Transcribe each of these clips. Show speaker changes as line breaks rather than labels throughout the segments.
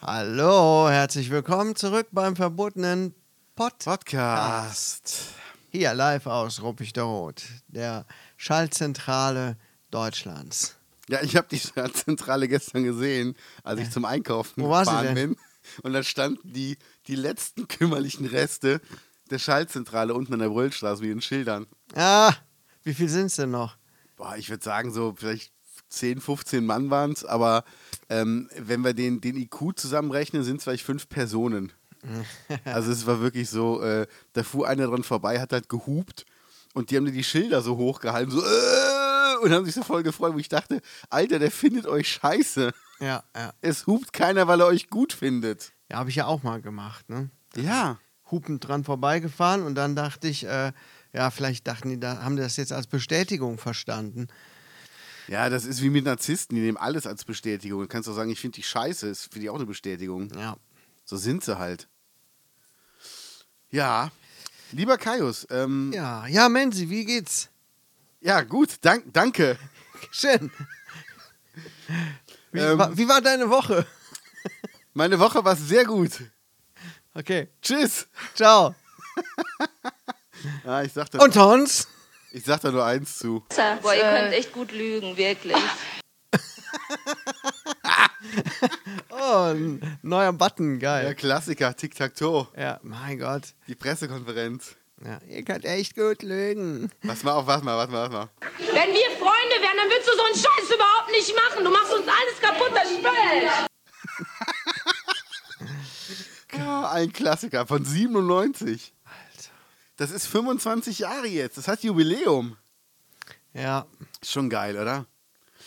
Hallo, herzlich willkommen zurück beim verbotenen Pod.
Podcast.
Hier live aus Ruppig der Rot, der Schallzentrale Deutschlands.
Ja, ich habe die Zentrale gestern gesehen, als ich zum Einkaufen
Wo war sie
gefahren
denn?
bin. Und da standen die, die letzten kümmerlichen Reste der Schaltzentrale unten an der Brüllstraße mit den Schildern.
Ah, wie viel sind es denn noch?
Boah, ich würde sagen, so vielleicht 10, 15 Mann waren es, aber ähm, wenn wir den, den IQ zusammenrechnen, sind es vielleicht fünf Personen. Also es war wirklich so, äh, da fuhr einer dran vorbei, hat halt gehupt und die haben dann die Schilder so hochgehalten, so äh, und haben sich so voll gefreut, wo ich dachte, Alter, der findet euch scheiße.
Ja, ja.
Es hupt keiner, weil er euch gut findet.
Ja, habe ich ja auch mal gemacht, ne?
Ja.
Hupend dran vorbeigefahren und dann dachte ich, äh, ja, vielleicht dachten die, da haben die das jetzt als Bestätigung verstanden.
Ja, das ist wie mit Narzissten, die nehmen alles als Bestätigung. Du kannst doch sagen, ich finde dich scheiße, ist für die auch eine Bestätigung.
Ja.
So sind sie halt. Ja. Lieber Kaius, ähm, ja.
Ja, ja, Menzi, wie geht's?
gut, dank, danke.
Schön. Wie,
Ähm.
war, wie war deine Woche?
Meine Woche war sehr gut.
Okay,
Tschüss.
ciao.
Ja, Ah, ich sag da,
Und Hans?
ich sag da nur eins zu.
Boah, ihr könnt echt gut lügen, wirklich.
Oh, ein neuer Button,
Der
geil.
Klassiker, Tic-Tac-Toe,
Ja, mein Gott.
die Pressekonferenz.
Ja, ihr könnt echt gut lügen.
Was mal auf, warte mal, warte mal, warte mal.
Wenn wir Freunde wären, dann würdest du so einen Scheiß überhaupt nicht machen. Du machst uns alles kaputt, das Spiel.
Ja, ein Klassiker von 97. Das ist 25 Jahre jetzt. Das hat Jubiläum.
Ja,
Ist Schon geil, oder?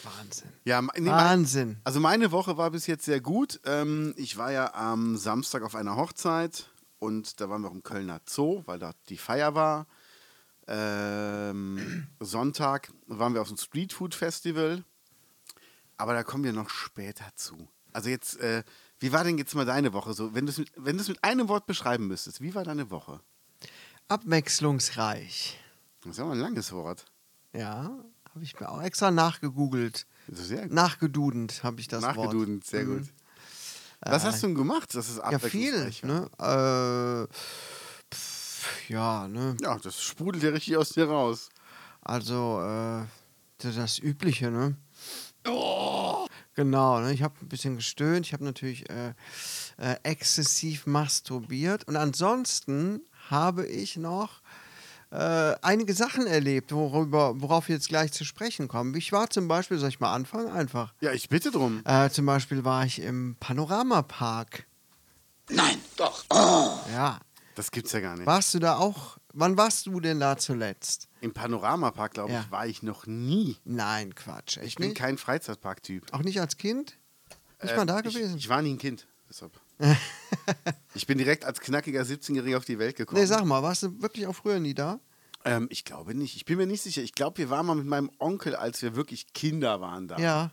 Wahnsinn.
Ja, me-
Ah,
nee, mein-
Wahnsinn.
also meine Woche war bis jetzt sehr gut. Ähm, ich war ja am Samstag auf einer Hochzeit und da waren wir auch im Kölner Zoo, weil da die Feier war. Ähm, Sonntag waren wir auf dem Streetfood Festival. Aber da kommen wir noch später zu. Also jetzt, äh, wie war denn jetzt mal deine Woche? So, wenn du es mit, wenn du es mit einem Wort beschreiben müsstest, wie war deine Woche?
Abwechslungsreich.
Das ist ja mal ein langes Wort.
Ja, habe ich mir auch extra nachgegoogelt.
Das ist sehr gut.
Nachgedudend habe ich das Wort. Mhm. Äh,
Nachgedudelt, sehr gut. Was hast du denn gemacht? Das ist
Ja, viel.
abwechslungsreich war?
Ne? Äh, pff, ja, ne?
Ja, das sprudelt ja richtig aus dir raus.
Also, äh, das das Übliche, ne? Genau, ne? ich habe ein bisschen gestöhnt, ich habe natürlich äh, äh, exzessiv masturbiert und ansonsten habe ich noch äh, einige Sachen erlebt, worüber, worauf wir jetzt gleich zu sprechen kommen. Ich war zum Beispiel, soll ich mal anfangen? Einfach.
Ja, ich bitte drum.
Äh, zum Beispiel war ich im Panoramapark. Nein, doch. Ja.
Das gibt's ja gar nicht.
Warst du da auch? Wann warst du denn da zuletzt?
Im Panoramapark, glaube
Ja.
ich, war ich noch nie.
Nein, Quatsch.
Ich
Echt
bin
nicht?
kein Freizeitpark-Typ.
Auch nicht als Kind? Nicht
Äh,
mal da
ich,
gewesen?
Ich war nie ein Kind. Deshalb. ich bin direkt als knackiger 17-Jähriger auf die Welt gekommen.
nee, sag mal, warst du wirklich auch früher nie da?
ähm, ich glaube nicht. Ich bin mir nicht sicher. Ich glaube, wir waren mal mit meinem Onkel, als wir wirklich Kinder waren, da.
Ja,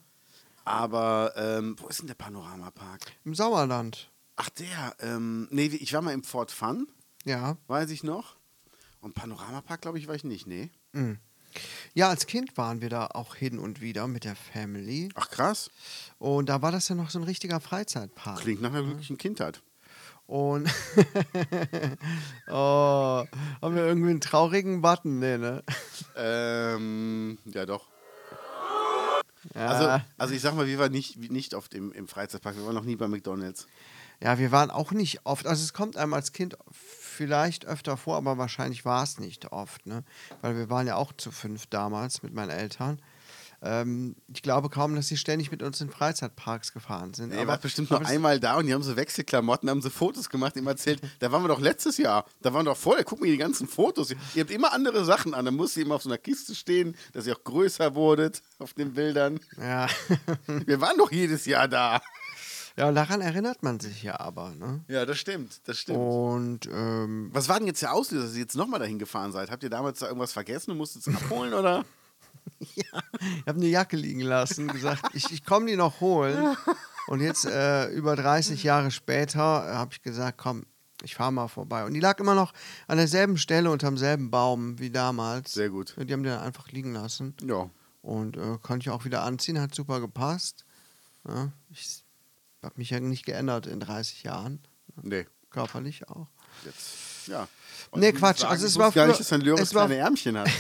Aber ähm, wo ist denn der Panoramapark?
im Sauerland.
Ach, der. Ähm, nee, ich war mal im Fort Fun,
Ja.
weiß ich noch. Und Panoramapark, glaube ich, war ich nicht. Nee.
mm. Ja, als Kind waren wir da auch hin und wieder mit der Family.
Ach, krass.
Und da war das ja noch so ein richtiger Freizeitpark.
Klingt nach einer glücklichen Kindheit.
Und oh, haben wir irgendwie einen traurigen Button, nee, ne?
Ähm, ja, doch.
Ja.
Also, also ich sag mal, wir waren nicht, wie- nicht oft im, im Freizeitpark, wir waren noch nie bei McDonalds.
ja, wir waren auch nicht oft. Also es kommt einem als Kind vielleicht öfter vor, aber wahrscheinlich war es nicht oft, ne? Weil wir waren ja auch zu fünf damals mit meinen Eltern. Ähm, ich glaube kaum, dass sie ständig mit uns in Freizeitparks gefahren sind.
Er war bestimmt
aber
nur
es-
einmal da und die haben so Wechselklamotten, haben so Fotos gemacht, ihm erzählt, da waren wir doch letztes Jahr, da waren wir doch vorher, guck mir die ganzen Fotos. Ihr habt immer andere Sachen an, dann musst ihr immer auf so einer Kiste stehen, dass ihr auch größer wurdet auf den Bildern.
Ja.
Wir waren doch jedes Jahr da.
ja, und daran erinnert man sich ja aber. Ne?
Ja, das stimmt, das stimmt.
Und ähm,
Oh. Was war denn jetzt der Auslöser, dass ihr jetzt nochmal dahin gefahren seid? Habt ihr damals da irgendwas vergessen und musstet es abholen oder?
Ja, ich habe eine Jacke liegen lassen, gesagt, ich, ich komme die noch holen. Und jetzt äh, über 30 Jahre später äh, habe ich gesagt, komm, ich fahre mal vorbei. Und die lag immer noch an derselben Stelle unterm selben Baum wie damals.
Sehr gut.
Und die haben die dann einfach liegen lassen.
Ja.
Und äh, konnte ich auch wieder anziehen, hat super gepasst. Ja, ich habe mich ja nicht geändert in 30 Jahren, ne,
Nee.
körperlich auch.
Jetzt. Ja.
Nee,
ich muss
Quatsch,
sagen,
also
ich
es
wusste
war
gar nicht,
früher-
dass dein Lyris
es war-
kleine Ärmchen hat.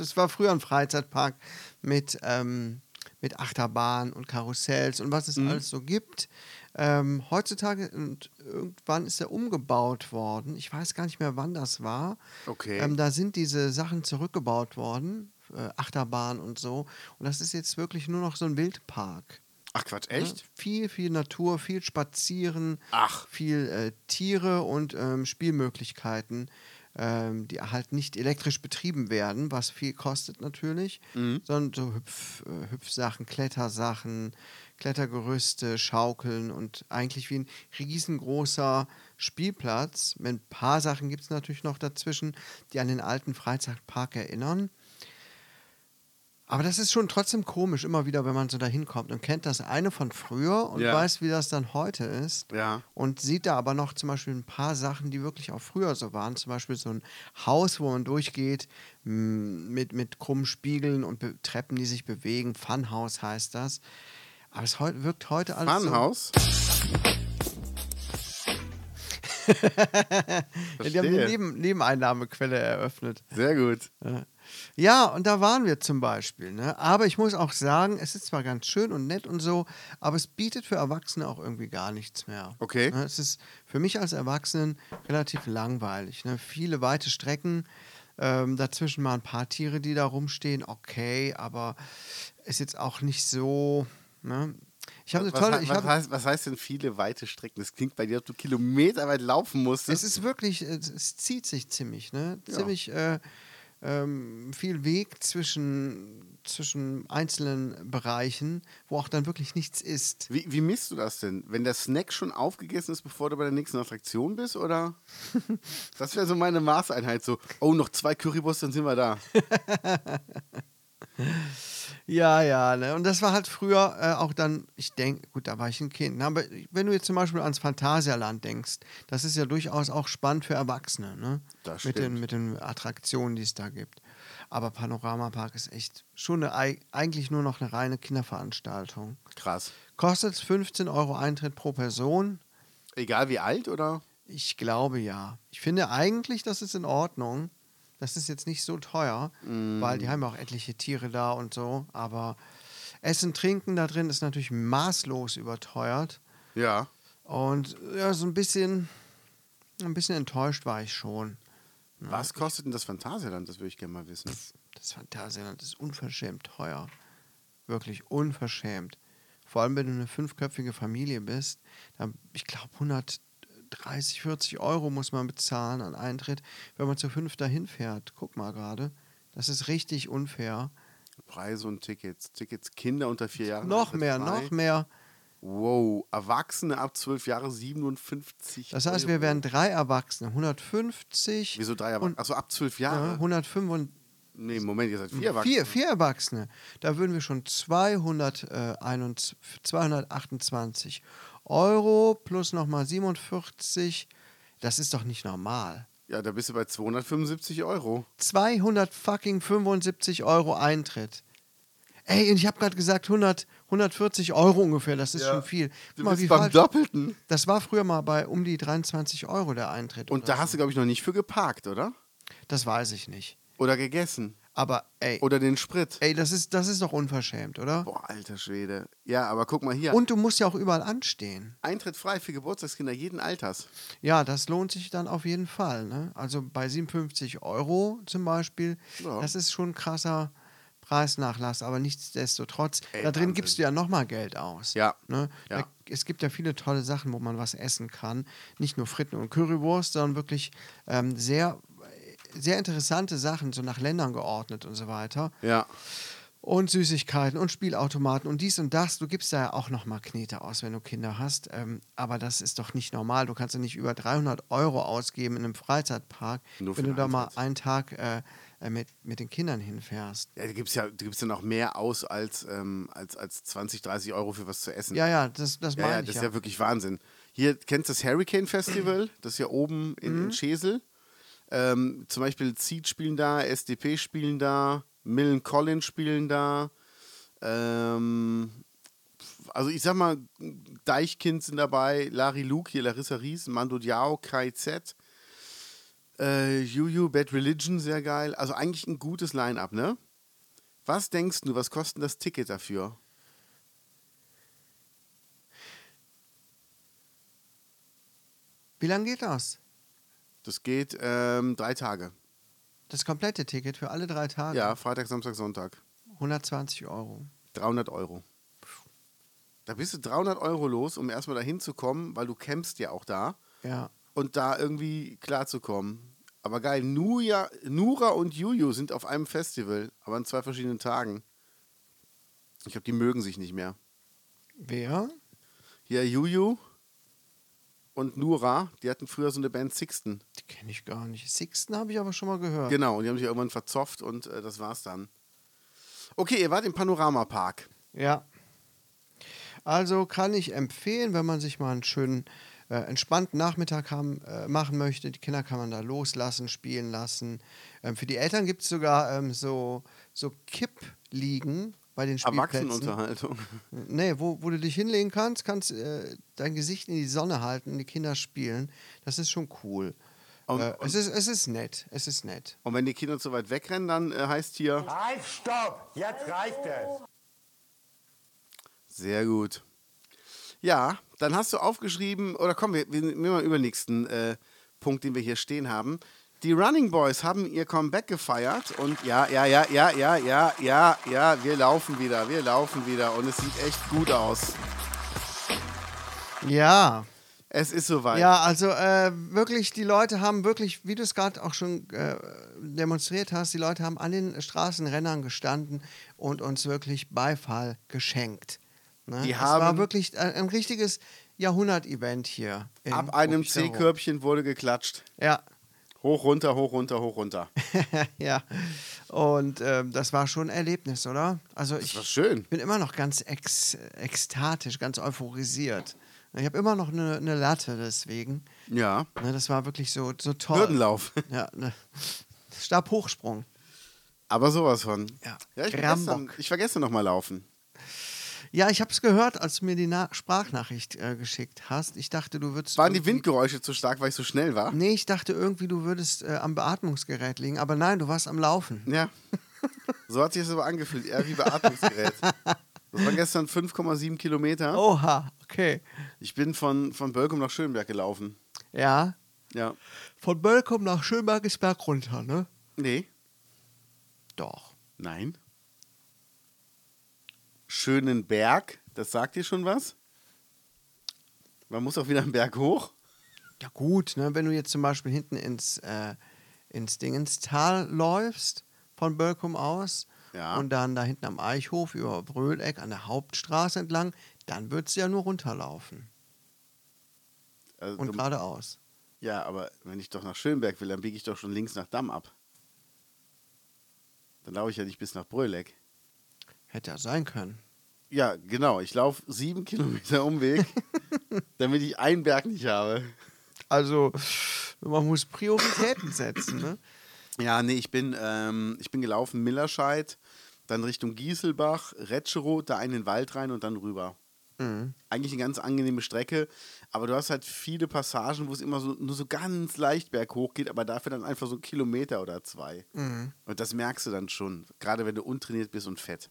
es war früher ein Freizeitpark mit, ähm, mit Achterbahn und Karussells und was es alles so gibt. Ähm, heutzutage und irgendwann ist er umgebaut worden. Ich weiß gar nicht mehr, wann das war.
Okay.
Ähm, da sind diese Sachen zurückgebaut worden, äh, Achterbahn und so. Und das ist jetzt wirklich nur noch so ein Wildpark.
Ach Quatsch,
ne?
echt?
Viel, viel Natur, viel Spazieren,
Ach.
viel äh, Tiere und ähm, Spielmöglichkeiten, ähm, die halt nicht elektrisch betrieben werden, was viel kostet natürlich,
Mhm.
sondern so Hüpf, äh, Hüpfsachen, Klettersachen, Klettergerüste, Schaukeln und eigentlich wie ein riesengroßer Spielplatz. Mit ein paar Sachen gibt es natürlich noch dazwischen, die an den alten Freizeitpark erinnern. Aber das ist schon trotzdem komisch, immer wieder, wenn man so da hinkommt und kennt das eine von früher und
Ja.
weiß, wie das dann heute ist.
Ja.
Und sieht da aber noch zum Beispiel ein paar Sachen, die wirklich auch früher so waren. Zum Beispiel so ein Haus, wo man durchgeht m, mit, mit krummen Spiegeln und Be Treppen, die sich bewegen. Funhouse heißt das. Aber es heu wirkt heute alles.
Bahnhaus?
So, ja, die haben eine
Verstehe.
Neben Nebeneinnahmequelle eröffnet.
Sehr gut.
Ja, und da waren wir zum Beispiel. Ne? Aber ich muss auch sagen, es ist zwar ganz schön und nett und so, aber es bietet für Erwachsene auch irgendwie gar nichts mehr.
Okay.
Ne? Es ist für mich als Erwachsenen relativ langweilig. Ne? Viele weite Strecken, ähm, dazwischen mal ein paar Tiere, die da rumstehen, okay, aber ist jetzt auch nicht so. Ne? Ich habe eine
was,
tolle.
he-
Ich
was,
hab,
heißt, was heißt denn viele weite Strecken? Das klingt bei dir, als ob du kilometerweit laufen
Es
musstest.
ist wirklich, äh, es, es zieht sich ziemlich, ne? Ziemlich äh, ähm, viel Weg zwischen, zwischen einzelnen Bereichen, wo auch dann wirklich nichts ist.
wie, wie misst du das denn? Wenn der Snack schon aufgegessen ist, bevor du bei der nächsten Attraktion bist, oder? Das wäre so meine Maßeinheit. So, oh, noch zwei Currywurst, dann sind wir da.
Ja, ja, ne? Und das war halt früher äh, auch dann, ich denke, gut, da war ich ein Kind. Ne? Aber wenn du jetzt zum Beispiel ans Phantasialand denkst, das ist ja durchaus auch spannend für Erwachsene, ne?
Das
mit, den,
stimmt.
mit den Attraktionen, die es da gibt. Aber Panoramapark ist echt schon eine, ei- eigentlich nur noch eine reine Kinderveranstaltung.
Krass.
Kostet 15 Euro Eintritt pro Person?
Egal wie alt, oder?
Ich glaube ja. Ich finde eigentlich, das ist in Ordnung. Das ist jetzt nicht so teuer, weil die haben ja auch etliche Tiere da und so. Aber Essen, Trinken da drin ist natürlich maßlos überteuert.
Ja.
Und ja, so ein bisschen, ein bisschen enttäuscht war ich schon.
Was kostet denn das Phantasialand? Das würde ich gerne mal wissen.
Das Phantasialand ist unverschämt teuer. Wirklich unverschämt. Vor allem, wenn du eine fünfköpfige Familie bist, dann, ich glaube, 130, 40 Euro muss man bezahlen an Eintritt, wenn man zu fünf dahin fährt. Guck mal gerade. Das ist richtig unfair.
Preise und Tickets. Tickets Kinder unter vier Jahren.
Noch
Alter,
mehr,
drei.
noch mehr.
Wow. Erwachsene ab zwölf Jahre 57.
Das heißt, wir
Euro.
wären drei Erwachsene. 150.
Wieso
und- ne,
drei Erwachsene? Achso, ab zwölf
Ja,
Jahre.
105
nee, Moment, ihr seid vier Erwachsene.
Vier, vier Erwachsene. Da würden wir schon 200, äh, 21 228 Euro plus nochmal 47. Das ist doch nicht normal.
Ja, da bist du bei 275 Euro.
200 fucking 75 Euro Eintritt. Ey, und ich habe gerade gesagt 100, 140 Euro ungefähr. Das ist
Ja.
schon viel.
Du
Guck mal,
bist
wie
beim
falsch-
Doppelten.
Das war früher mal bei um die 23 Euro der Eintritt.
Und
oder
da hast du, glaube ich, noch nicht für geparkt, oder?
so. das weiß ich nicht.
Oder gegessen.
Aber ey,
Oder den Sprit.
ey das, ist, das ist doch unverschämt, oder?
Boah, alter Schwede. Ja, aber guck mal hier.
Und du musst ja auch überall anstehen.
Eintritt frei für Geburtstagskinder jeden Alters.
Ja, das lohnt sich dann auf jeden Fall. Ne? Also bei 57 Euro zum Beispiel,
Ja.
das ist schon ein krasser Preisnachlass, aber nichtsdestotrotz, da drin
Wahnsinn.
gibst du ja nochmal Geld aus.
Ja.
Ne?
Ja.
Da, es gibt ja viele tolle Sachen, wo man was essen kann. Nicht nur Fritten und Currywurst, sondern wirklich ähm, sehr, sehr interessante Sachen, so nach Ländern geordnet und so weiter.
Ja.
Und Süßigkeiten und Spielautomaten und dies und das. Du gibst da ja auch nochmal Knete aus, wenn du Kinder hast. Ähm, aber das ist doch nicht normal. Du kannst ja nicht über 300 Euro ausgeben in einem Freizeitpark,
Nur für
wenn du
den
da mal
Einsatz.
einen Tag äh, äh, mit, mit den Kindern hinfährst.
Ja, da gibt es ja, da gibt's ja noch mehr aus als, ähm, als, als 20, 30 Euro für was zu essen.
Ja, ja, das, das
ja,
meine
ja
ich
das
ja. Mhm.
ist ja wirklich Wahnsinn. Hier, kennst du das Hurricane Festival? Das ist ja oben in, in Schesel. Ähm, zum Beispiel Seed spielen da, SDP spielen da, Millen Collins spielen da. Ähm, also ich sag mal, Deichkind sind dabei, Larry Luke, hier Larissa Ries, Mando Diao, Kai Z. Äh, Juju, Bad Religion, sehr geil. Also eigentlich ein gutes Line-Up, ne? Was denkst du, was kostet das Ticket dafür?
Wie lange geht das?
Das geht ähm, drei Tage.
Das komplette Ticket für alle drei Tage?
Ja, Freitag, Samstag, Sonntag.
120 Euro.
300 Euro. Da bist du 300 Euro los, um erstmal dahin zu kommen, weil du campst ja auch da
Ja.
und da irgendwie klarzukommen. Aber geil, Nuja, Nura und Juju sind auf einem Festival, aber an zwei verschiedenen Tagen. Ich glaube, die mögen sich nicht mehr.
Wer?
Hier Juju und Nura, die hatten früher so eine Band Sixten.
Die kenne ich gar nicht. Sixten habe ich aber schon mal gehört.
Genau, und die haben sich irgendwann verzofft und äh, das war's dann. Okay, ihr wart im Panoramapark.
Ja. Also kann ich empfehlen, wenn man sich mal einen schönen, äh, entspannten Nachmittag haben, äh, machen möchte. Die Kinder kann man da loslassen, spielen lassen. Ähm, für die Eltern gibt es sogar ähm, so, so Kippliegen bei den Spielplätzen.
Erwachsenenunterhaltung.
Nee, wo, wo du dich hinlegen kannst, kannst äh, dein Gesicht in die Sonne halten und die Kinder spielen. Das ist schon cool.
Und-
äh, es, ist, es ist nett, es ist nett.
Und wenn die Kinder zu weit wegrennen, dann äh, heißt hier.
Halt, stopp! Jetzt reicht es!
Sehr gut. Ja, dann hast du aufgeschrieben, oder komm, wir, wir nehmen mal den übernächsten äh, Punkt, den wir hier stehen haben. Die Running Boys haben ihr Comeback gefeiert und ja, ja, ja, ja, ja, ja, ja, ja, wir laufen wieder, wir laufen wieder und es sieht echt gut aus.
Ja,
Es ist soweit.
Ja, also äh, wirklich, die Leute haben wirklich, wie du es gerade auch schon äh, demonstriert hast, die Leute haben an den Straßenrändern gestanden und uns wirklich Beifall geschenkt. Ne?
Die
es war
haben-
wirklich äh, ein, ein richtiges Jahrhundert-Event hier. in
Ab einem
Obstdorf.
C-Körbchen wurde geklatscht.
Ja,
Hoch, runter, hoch, runter, hoch, runter.
ja. Und ähm, das war schon ein Erlebnis, oder? Also ich
war schön.
bin immer noch ganz ex ekstatisch, ganz euphorisiert. Ich habe immer noch eine eine Latte deswegen.
Ja.
Ne, das war wirklich so, so toll.
Hürdenlauf.
Ja, ne. Stabhochsprung.
Aber sowas von.
Ja.
ja ich, war
Rambock.
gestern, ich war gestern noch mal laufen.
Ja, ich habe es gehört, als du mir die Na Sprachnachricht äh, geschickt hast. Ich dachte, du würdest.
Waren die
irgendwie-
Windgeräusche zu stark, weil ich so schnell war?
Nee, ich dachte irgendwie, du würdest äh, am Beatmungsgerät liegen. Aber nein, du warst am Laufen.
Ja. So hat sich das aber angefühlt, eher wie Beatmungsgerät. Das waren gestern 5,7
Oh.
Kilometer.
Oha, okay.
Ich bin von, von Bölkum nach Schönberg gelaufen.
Ja.
Ja.
Von Bölkum nach Schönberg ist Berg runter, ne?
Nee.
Doch.
Nein. Schönenberg, das sagt dir schon was? Man muss auch wieder einen Berg hoch.
Ja, gut, ne? Wenn du jetzt zum Beispiel hinten ins, äh, ins Ding, ins Tal läufst, von Bölkum aus.
Ja.
Und dann da hinten am Eichhof über Bröleck an der Hauptstraße entlang, dann würdest du ja nur runterlaufen.
Also,
Und
du-
geradeaus.
ja, aber wenn ich doch nach Schönberg will, dann biege ich doch schon links nach Damm ab. Dann laufe ich ja nicht bis nach Bröleck.
Hätte ja sein können.
Ja, genau. Ich laufe sieben Kilometer Umweg, damit ich einen Berg nicht habe.
Also, man muss Prioritäten setzen, ne?
Ja, nee, ich bin, ähm, ich bin gelaufen Millerscheid, dann Richtung Gieselbach, Retscherow, da in den Wald rein und dann rüber.
Mhm.
Eigentlich eine ganz angenehme Strecke, aber du hast halt viele Passagen, wo es immer so, nur so ganz leicht berghoch geht, aber dafür dann einfach so einen Kilometer oder zwei.
Mhm.
Und das merkst du dann schon, gerade wenn du untrainiert bist und fett.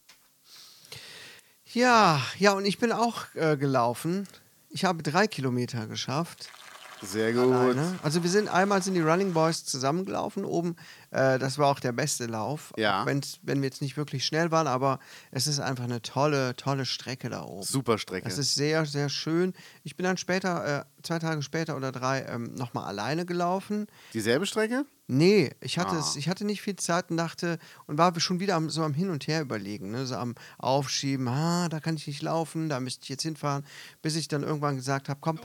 Ja, ja, und ich bin auch äh, gelaufen. Ich habe drei Kilometer geschafft.
Sehr gut.
Alleine. Also wir sind einmal sind die Running Boys zusammengelaufen oben. Äh, das war auch der beste Lauf.
Ja.
Auch wenn's- wenn wir jetzt nicht wirklich schnell waren, aber es ist einfach eine tolle, tolle Strecke da oben.
Super Strecke.
Es ist sehr, sehr schön. Ich bin dann später, äh, zwei Tage später oder drei, ähm, nochmal alleine gelaufen.
Dieselbe Strecke?
Nee, ich hatte,
Ah.
es, ich hatte nicht viel Zeit und dachte und war schon wieder am, so am Hin und Her überlegen, ne? so am Aufschieben, ah, da kann ich nicht laufen, da müsste ich jetzt hinfahren, bis ich dann irgendwann gesagt habe, komm,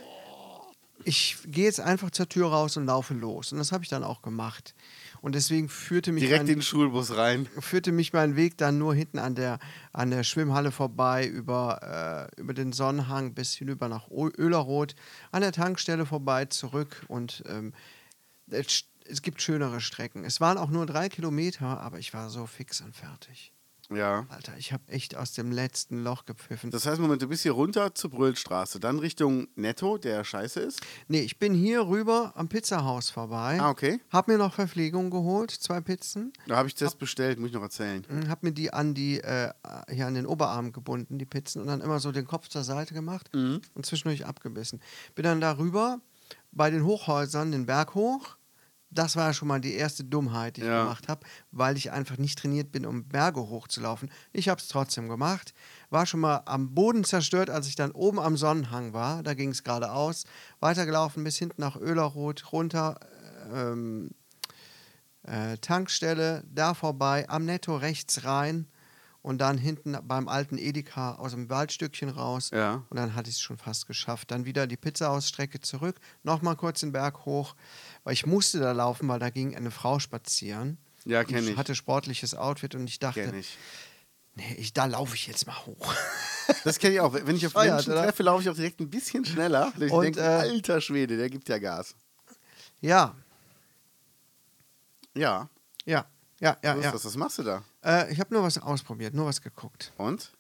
ich gehe jetzt einfach zur Tür raus und laufe los. Und das habe ich dann auch gemacht. Und deswegen führte mich
Direkt
mein-
in den Schulbus rein.
führte mich mein Weg dann nur hinten an der, an der Schwimmhalle vorbei, über, äh, über den Sonnenhang bis hinüber nach o Öleroth, an der Tankstelle vorbei, zurück und ähm, es, sch- es gibt schönere Strecken. Es waren auch nur drei Kilometer, aber ich war so fix und fertig.
Ja.
Alter, ich habe echt aus dem letzten Loch gepfiffen.
Das heißt, Moment, du bist hier runter zur Brüllstraße, dann Richtung Netto, der scheiße ist.
nee, ich bin hier rüber am Pizzahaus vorbei.
Ah, okay.
Hab mir noch Verpflegung geholt, zwei Pizzen.
Da habe ich das bestellt, muss ich noch erzählen.
habe Hm, mir die an die äh, hier an den Oberarm gebunden, die Pizzen, und dann immer so den Kopf zur Seite gemacht und zwischendurch abgebissen. Bin dann darüber bei den Hochhäusern den Berg hoch. Das war schon mal die erste Dummheit, die ich
Ja.
gemacht habe, weil ich einfach nicht trainiert bin, um Berge hochzulaufen. Ich habe es trotzdem gemacht. War schon mal am Boden zerstört, als ich dann oben am Sonnenhang war. Da ging es geradeaus. Weitergelaufen bis hinten nach Öleroth, runter äh, Tankstelle, da vorbei, am Netto rechts rein und dann hinten beim alten Edeka aus dem Waldstückchen raus.
Ja.
Und dann hatte ich es schon fast geschafft. Dann wieder die Pizzahausstrecke zurück, nochmal kurz den Berg hoch, weil ich musste da laufen, weil da ging eine Frau spazieren.
Ja,
Die
kenn ich.
hatte sportliches Outfit und ich dachte,
Kenn ich.
nee, ich, da laufe ich jetzt mal hoch.
Das kenne ich auch. Wenn ich auf
Bescheuert,
Menschen
oder?
treffe, laufe ich auch direkt ein bisschen schneller. weil Ich
Und,
denke,
äh,
alter Schwede, der gibt ja Gas.
ja,
Ja.
ja, ja, ja,
Was,
ja.
was, was machst du da?
Äh, ich habe nur was ausprobiert, nur was geguckt.
Und?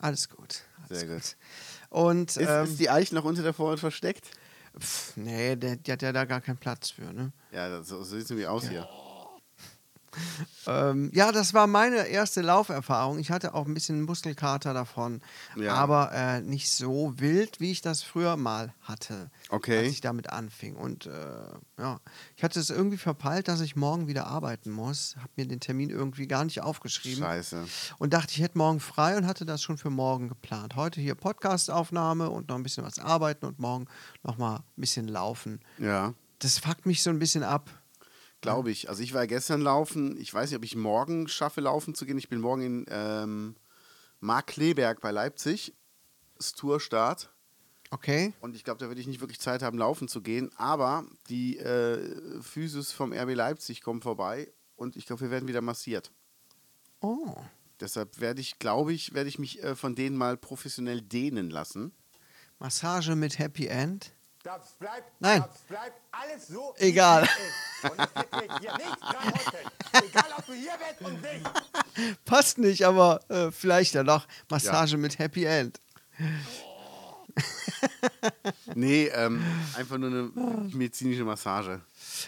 Alles gut. Alles
Sehr gut.
Und
Ist,
ähm,
ist die Eiche noch unter der Vorhaut versteckt?
Pff, nee, der, die hat ja da gar keinen Platz für, ne?
Ja, das, so sieht es nämlich aus hier.
Ähm, ja, das war meine erste Lauferfahrung. Ich hatte auch ein bisschen Muskelkater davon,
Ja.
aber äh, nicht so wild, wie ich das früher mal hatte,
Okay.
als ich damit anfing. Und äh, ja, ich hatte es irgendwie verpeilt, dass ich morgen wieder arbeiten muss. Habe mir den Termin irgendwie gar nicht aufgeschrieben.
Scheiße.
Und dachte, ich hätte morgen frei und hatte das schon für morgen geplant. Heute hier Podcastaufnahme und noch ein bisschen was arbeiten und morgen nochmal ein bisschen laufen.
Ja.
Das fuckt mich so ein bisschen ab.
Glaube ich. Also ich war gestern laufen. Ich weiß nicht, ob ich morgen schaffe, laufen zu gehen. Ich bin morgen in ähm, Markkleberg bei Leipzig. Das Tourstart.
Okay?
Und ich glaube, da werde ich nicht wirklich Zeit haben, laufen zu gehen. Aber die äh, Physis vom RB Leipzig kommen vorbei. Und ich glaube, wir werden wieder massiert.
Oh.
Deshalb werde ich, glaube ich, werde ich mich äh, von denen mal professionell dehnen lassen.
Massage mit Happy End.
Das bleibt,
Nein.
das bleibt alles so.
Egal.
wie es ist. Und es wird mich hier nicht dran rütteln. Egal, ob du hier bist und nicht.
Passt nicht, aber äh, vielleicht ja noch. Massage mit Happy End.
Nee, ähm, einfach nur eine medizinische Massage.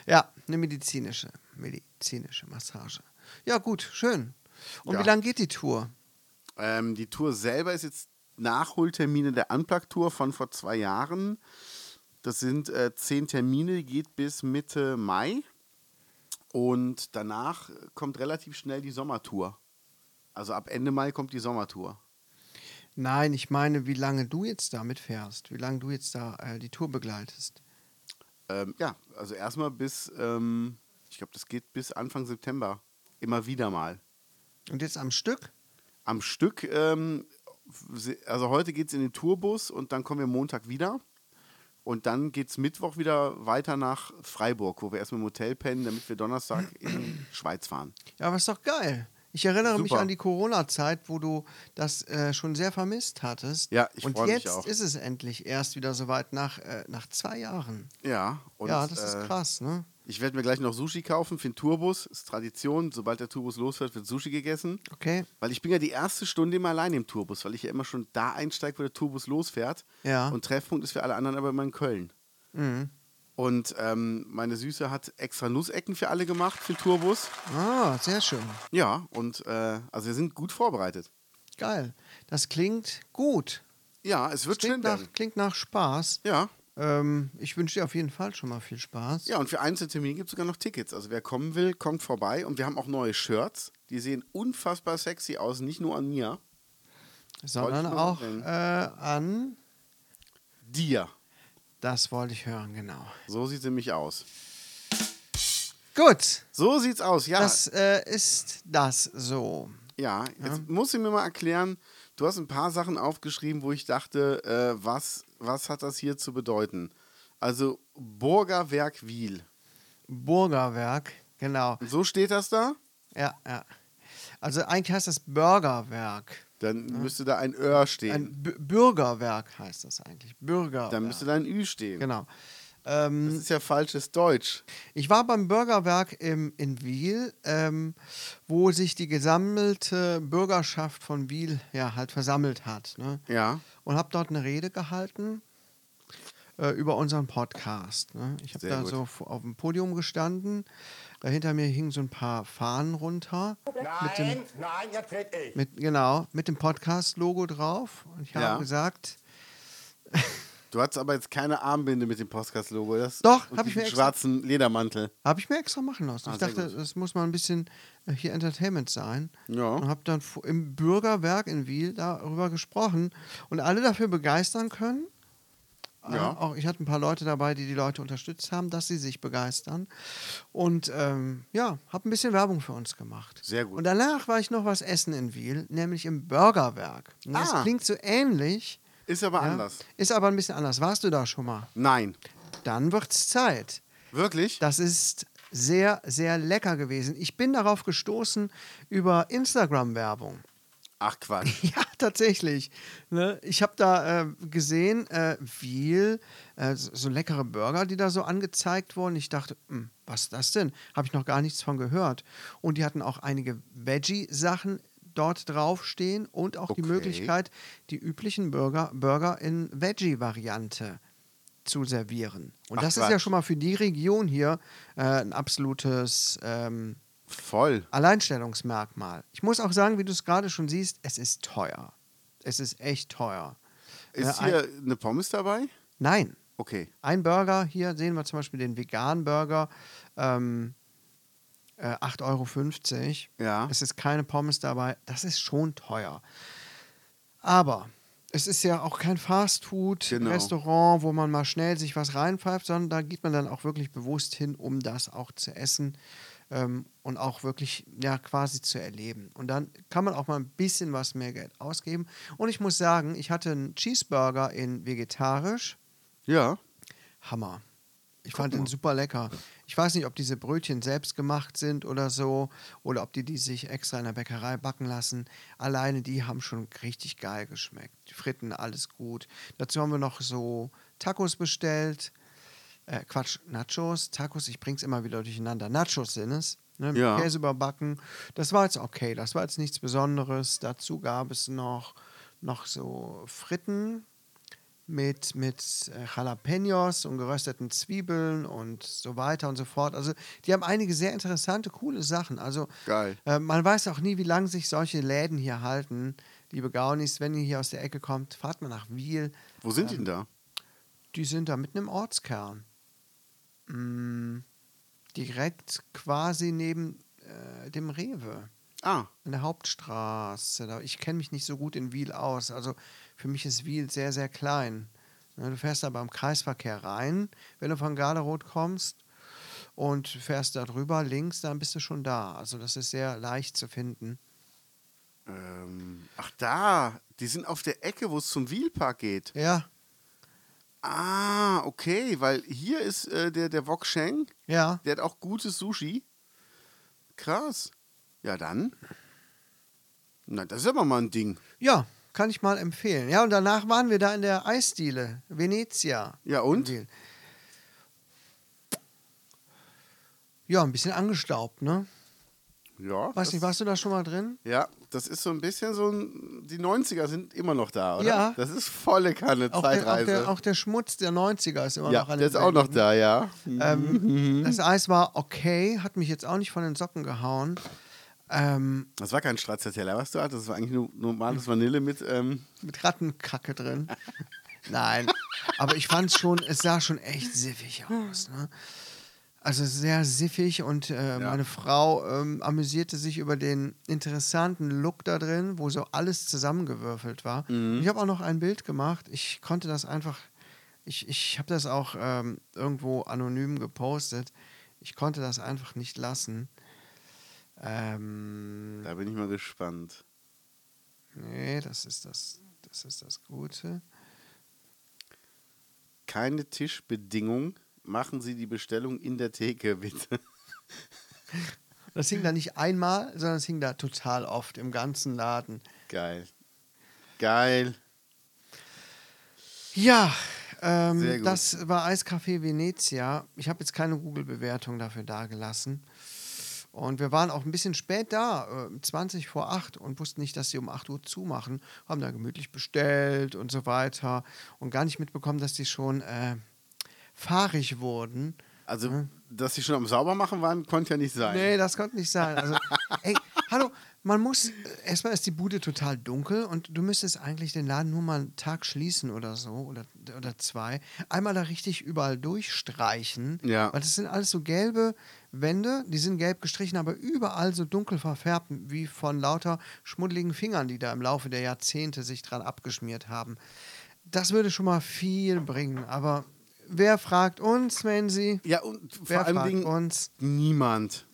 Ja, eine medizinische, medizinische Massage. Ja, gut, schön. Und
Ja.
wie lange geht die Tour?
Ähm, die Tour selber ist jetzt Nachholtermine der Unplugged-Tour von vor zwei Jahren. Das sind äh, zehn Termine, geht bis Mitte Mai. Und danach kommt relativ schnell die Sommertour. Also ab Ende Mai kommt die Sommertour.
Nein, ich meine, wie lange du jetzt damit fährst, wie lange du jetzt da äh, die Tour begleitest.
Ähm, ja, also erstmal bis, ähm, ich glaube, das geht bis Anfang September. Immer wieder mal.
Und jetzt am Stück?
Am Stück, ähm, also heute geht es in den Tourbus und dann kommen wir Montag wieder. Und dann geht es Mittwoch wieder weiter nach Freiburg, wo wir erstmal im Hotel pennen, damit wir Donnerstag in die Schweiz fahren.
Ja, aber ist doch geil. Ich erinnere mich
Super.
an die Corona-Zeit, wo du das äh, schon sehr vermisst hattest.
Ja, ich
Und
freu mich
jetzt
auch.
ist es endlich erst wieder soweit nach, äh, nach zwei Jahren.
Ja, und,
ja, das ist
äh,
krass, ne?
Ich werde mir gleich noch Sushi kaufen für den Tourbus. Ist Tradition. Sobald der Tourbus losfährt, wird Sushi gegessen.
Okay.
Weil ich bin ja die erste Stunde immer allein im Tourbus, weil ich ja immer schon da einsteige, wo der Tourbus losfährt.
Ja. Mhm.
Und Treffpunkt ist für alle anderen aber immer in Köln. Und ähm, meine Süße hat extra Nussecken für alle gemacht für den Tourbus.
Ah, sehr schön.
Ja, und äh, also wir sind gut vorbereitet.
Geil. Das klingt gut.
Ja, es wird schön
Klingt nach,
werden.
klingt nach Spaß.
Ja,
Ähm, ich wünsche dir auf jeden Fall schon mal viel Spaß.
Ja, und für Einzeltermine gibt es sogar noch Tickets. Also wer kommen will, kommt vorbei. Und wir haben auch neue Shirts. Die sehen unfassbar sexy aus, nicht nur an mir.
sondern
wollte ich nur
auch
sagen.
äh, an.
Dir.
Das wollte ich hören, genau.
So sieht sie nämlich aus.
Gut,
So sieht's aus, ja.
das äh, ist das so.
ja, jetzt muss ich mir mal erklären, du hast ein paar Sachen aufgeschrieben, wo ich dachte, äh, was, was hat das hier zu bedeuten? Also Burgerwerk Wiel.
Burgerwerk, genau.
So steht das da?
Ja, ja. Also eigentlich heißt das Burgerwerk.
Dann müsste da ein Ör stehen.
Ein B Bürgerwerk heißt das eigentlich. Bürgerwerk.
Dann müsste da ein Ü stehen.
genau.
Das ist ja falsches Deutsch.
Ich war beim Bürgerwerk im, in Wiel, ähm, wo sich die gesammelte Bürgerschaft von Wiel ja halt versammelt hat. Ne?
Ja.
Und habe dort eine Rede gehalten äh, über unseren Podcast. Ne? Ich habe
Sehr
da
gut.
so f- auf dem Podium gestanden. Da hinter mir hingen so ein paar Fahnen runter.
Nein, nein, jetzt red ich.
Mit, genau, mit dem Podcast-Logo drauf. Und ich habe
Ja.
gesagt,
Du hattest aber jetzt keine Armbinde mit dem Podcast-Logo. das-
Doch,
und
hab ich
diesen
mir extra-
schwarzen Ledermantel.
Habe ich mir extra machen lassen. ich
Ah, sehr
dachte, das muss mal ein bisschen äh, hier Entertainment sein.
Ja.
Und habe dann fu- im Bürgerwerk in Wiel darüber gesprochen und alle dafür begeistern können. Äh,
Ja.
auch ich hatte ein paar Leute dabei, die die Leute unterstützt haben, dass sie sich begeistern. Und ähm, ja, habe ein bisschen Werbung für uns gemacht.
Sehr gut.
Und danach war ich noch was essen in Wiel, nämlich im Burgerwerk. Und
Ah.
Das klingt so ähnlich.
Ist aber
ja,
anders.
Ist aber ein bisschen anders. Warst du da schon mal?
Nein.
Dann wird's Zeit.
Wirklich?
Das ist sehr, sehr lecker gewesen. Ich bin darauf gestoßen über Instagram-Werbung.
Ach Quatsch.
Ja, tatsächlich. Ne? Ich habe da äh, gesehen, äh, viel, äh, so so leckere Burger, die da so angezeigt wurden. Ich dachte, "Hm, was ist das denn? Habe ich noch gar nichts von gehört. Und die hatten auch einige Veggie-Sachen dort draufstehen und auch die
Okay.
Möglichkeit, die üblichen Burger, Burger in Veggie-Variante zu servieren. Und
Ach,
das ist
Quatsch.
ja schon mal für die Region hier äh, ein absolutes ähm,
Voll.
Alleinstellungsmerkmal. Ich muss auch sagen, wie du es gerade schon siehst, es ist teuer. Es ist echt teuer.
Ist
Äh, ein,
hier eine Pommes dabei?
nein.
Okay.
Ein Burger, hier sehen wir zum Beispiel den veganen Burger, ähm, äh, 8,50 Euro.
Ja.
Es ist keine Pommes dabei. Das ist schon teuer. Aber es ist ja auch kein
Genau.
Fastfood-Restaurant, wo man mal schnell sich was reinpfeift, sondern da geht man dann auch wirklich bewusst hin, um das auch zu essen ähm, und auch wirklich ja quasi zu erleben. Und dann kann man auch mal ein bisschen was mehr Geld ausgeben. Und ich muss sagen, ich hatte einen Cheeseburger in vegetarisch.
Ja.
Hammer. Ich fand den super lecker. Ich weiß nicht, ob diese Brötchen selbst gemacht sind oder so oder ob die die sich extra in der Bäckerei backen lassen. Alleine die haben schon richtig geil geschmeckt. Die Fritten, alles gut. Dazu haben wir noch so Tacos bestellt. Äh, Quatsch, Nachos, Tacos, ich bring's immer wieder durcheinander. Nachos sind es. Ne, mit
Ja.
Käse überbacken. Das war jetzt okay. Das war jetzt nichts Besonderes. Dazu gab es noch, noch so Fritten mit, mit äh, Jalapenos und gerösteten Zwiebeln und so weiter und so fort. Also die haben einige sehr interessante, coole Sachen. Also
Geil.
Äh, man weiß auch nie, wie lange sich solche Läden hier halten. Liebe Gaunis, wenn ihr hier aus der Ecke kommt, fahrt mal nach Wiel.
Wo sind die
Ähm.
denn da?
Die sind da mitten im Ortskern. Mm, direkt quasi neben äh, dem Rewe.
Ah,
An der Hauptstraße. Da- Ich kenne mich nicht so gut in Wiel aus. Also für mich ist Wiel sehr, sehr klein. Ne, Du fährst aber im Kreisverkehr rein, wenn du von Garderoth kommst und fährst da drüber links, dann bist du schon da. Also das ist sehr leicht zu finden.
ähm, ach da. Die sind auf der Ecke, wo es zum Wielpark geht.
Ja,
Ah, okay, weil hier ist äh, der, der Wok Sheng.
ja.
Der hat auch gutes Sushi. Krass. Ja, dann. Na, das ist aber mal ein Ding.
Ja, kann ich mal empfehlen. Ja, und danach waren wir da in der Eisdiele, Venezia.
Ja, und?
In Wiel. Ja, ein bisschen angestaubt, ne?
Ja.
Weiß
das-
nicht, warst du da schon mal drin?
Ja, das ist so ein bisschen so ein. Die 90er sind immer noch da, oder?
Ja.
Das ist volle Kanne
Auch der, auch,
Zeitreise.
der, auch der Schmutz der 90er ist immer
ja,
noch an
der
den
ist auch noch
Wänden.
Mhm. da, ja.
Ähm, das Eis war okay, hat mich jetzt auch nicht von den Socken gehauen. Ähm,
Das war kein Stracciatella, was du hattest. Das war eigentlich nur normales Vanille mit. Ähm,
mit Rattenkacke drin. Nein. Aber ich fand schon, es sah schon echt siffig aus. Ne? Also sehr siffig und äh, meine Frau ähm, amüsierte sich über den interessanten Look da drin, wo so alles zusammengewürfelt war. Ich habe auch noch ein Bild gemacht. Ich konnte das einfach, ich, ich habe das auch ähm, irgendwo anonym gepostet. Ich konnte das einfach nicht lassen. Ähm,
Da bin ich mal gespannt.
nee, das ist das, das ist das Gute.
Keine Tischbedingung. Machen Sie die Bestellung in der Theke, bitte.
Das hing
Mhm.
da nicht einmal, sondern es hing da total oft im ganzen Laden.
Geil. Geil.
Ja,
Sehr
ähm,
gut.
das war Eiscafé Venezia. Ich habe jetzt keine Google-Bewertung dafür dagelassen. Und wir waren auch ein bisschen spät da, äh, 20 vor 8 und wussten nicht, dass sie um 8 Uhr zumachen. Haben da gemütlich bestellt und so weiter und gar nicht mitbekommen, dass die schon äh, fahrig wurden.
Also, dass Sie schon am Saubermachen waren, konnte ja nicht sein.
Nee, das konnte nicht sein. Also, ey, hallo, man muss, äh, erstmal ist die Bude total dunkel und du müsstest eigentlich den Laden nur mal einen Tag schließen oder so oder, oder zwei. Einmal da richtig überall durchstreichen.
Ja.
Weil das sind alles so gelbe Wände, die sind gelb gestrichen, aber überall so dunkel verfärbt, wie von lauter schmuddeligen Fingern, die da im Laufe der Jahrzehnte sich dran abgeschmiert haben. Das würde schon mal viel bringen, aber wer fragt uns, wenn sie?
Ja, und vor
Wer
allen
fragt
Dingen
uns?
niemand.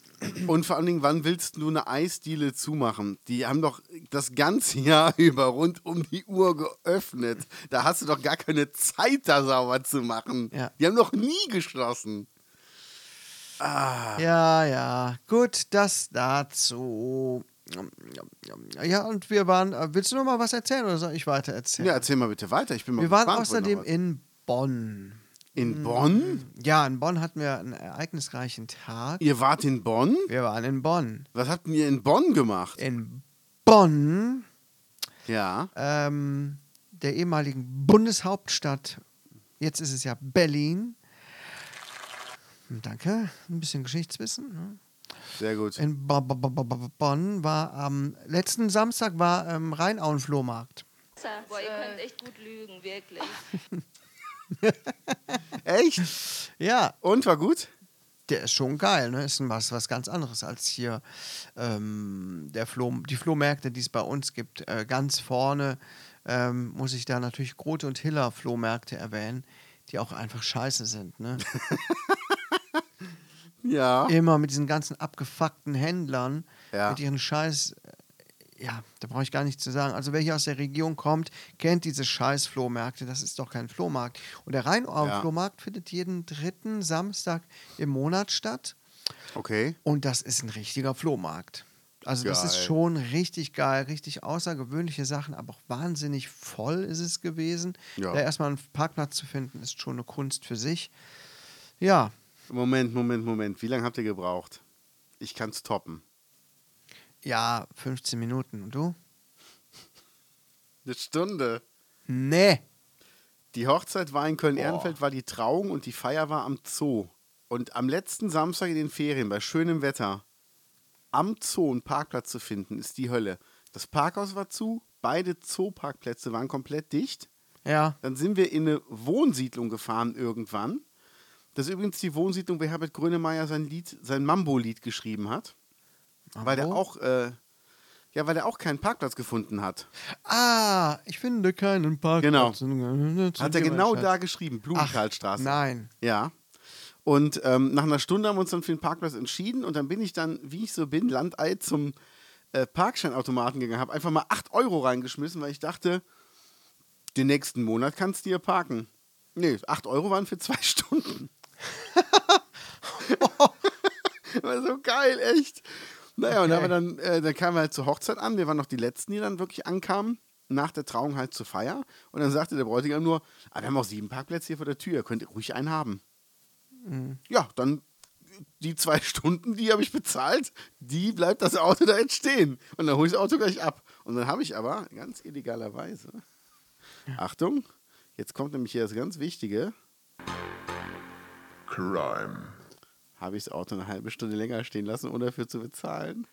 Und vor allen Dingen, wann willst du eine Eisdiele zumachen? Die haben doch das ganze Jahr über rund um die Uhr geöffnet. Da hast du doch gar keine Zeit, da sauber zu machen.
Ja.
Die haben noch nie geschlossen.
Ja, ja, gut, das dazu. Ja, und wir waren, äh, willst du noch mal was erzählen oder soll ich weiter erzählen?
Ja, erzähl mal bitte weiter. Ich bin mal
wir waren
gespannt, wo noch
außerdem
was-
in Bonn.
in Bonn.
Ja, in Bonn hatten wir einen ereignisreichen Tag.
Ihr wart in Bonn?
Wir waren in Bonn.
Was habt ihr in Bonn gemacht?
In Bonn,
Ja.
ähm, der ehemaligen Bundeshauptstadt, jetzt ist es ja Berlin. Danke, ein bisschen Geschichtswissen. Ne?
Sehr gut.
In Bo- Bo- Bo- Bo- Bo- Bonn war am letzten Samstag war ähm, Rheinauen Flohmarkt.
Boah, ihr könnt echt gut lügen, wirklich.
Echt?
Ja,
Und war gut?
der ist schon geil, ne? Ist ein was, was ganz anderes als hier ähm, der Floh, die Flohmärkte, die es bei uns gibt. Äh, ganz vorne ähm, muss ich da natürlich Grote und Hiller Flohmärkte erwähnen, die auch einfach scheiße sind, ne?
Ja.
Immer mit diesen ganzen abgefuckten Händlern,
Ja.
mit ihren Scheiß. äh, Ja, da brauche ich gar nichts zu sagen. Also wer hier aus der Region kommt, kennt diese scheiß Flohmärkte. Das ist doch kein Flohmarkt. Und der
Ja.
Rheinauen-Flohmarkt findet jeden dritten Samstag im Monat statt.
Okay.
Und das ist ein richtiger Flohmarkt. Also das ist
Geil.
schon richtig geil, richtig außergewöhnliche Sachen, aber auch wahnsinnig voll ist es gewesen.
Ja.
Da erstmal einen Parkplatz zu finden, ist schon eine Kunst für sich. Ja,
Moment, Moment, Moment. Wie lange habt ihr gebraucht? Ich kann's toppen.
ja, 15 Minuten. Und du?
Eine Stunde.
Nee.
Die Hochzeit war in Köln-Ehrenfeld, war die Trauung und die Feier war am Zoo. Und am letzten Samstag in den Ferien, bei schönem Wetter, am Zoo einen Parkplatz zu finden, ist die Hölle. Das Parkhaus war zu, beide Zooparkplätze waren komplett dicht.
Ja.
Dann sind wir in eine Wohnsiedlung gefahren irgendwann. Das ist übrigens die Wohnsiedlung, wo Herbert Grönemeyer sein Lied, sein Mambo-Lied geschrieben hat. Weil der auch, äh, ja, weil der auch keinen Parkplatz gefunden hat.
Ah, ich finde keinen Parkplatz. Genau.
Hat er genau da geschrieben, Blumenkaltstraße.
Nein.
Ja. Und ähm, nach einer Stunde haben wir uns dann für den Parkplatz entschieden und dann bin ich dann, wie ich so bin, landei zum äh, Parkscheinautomaten gegangen, habe einfach mal 8 Euro reingeschmissen, weil ich dachte, den nächsten Monat kannst du hier parken. Nee, 8 Euro waren für zwei Stunden. War so geil, echt. Naja, und dann, haben wir dann, äh, dann kamen wir halt zur Hochzeit an. Wir waren noch die Letzten, die dann wirklich ankamen. Nach der Trauung halt zur Feier. Und dann sagte der Bräutigam nur: ah, Wir haben auch sieben Parkplätze hier vor der Tür, könnt ihr ruhig einen haben. Ja, dann die zwei Stunden, die habe ich bezahlt, die bleibt das Auto da jetzt stehen. Und dann hole ich das Auto gleich ab. Und dann habe ich aber ganz illegalerweise. Achtung, jetzt kommt nämlich hier das ganz Wichtige.
Crime.
Habe ich das Auto eine halbe Stunde länger stehen lassen, ohne dafür zu bezahlen.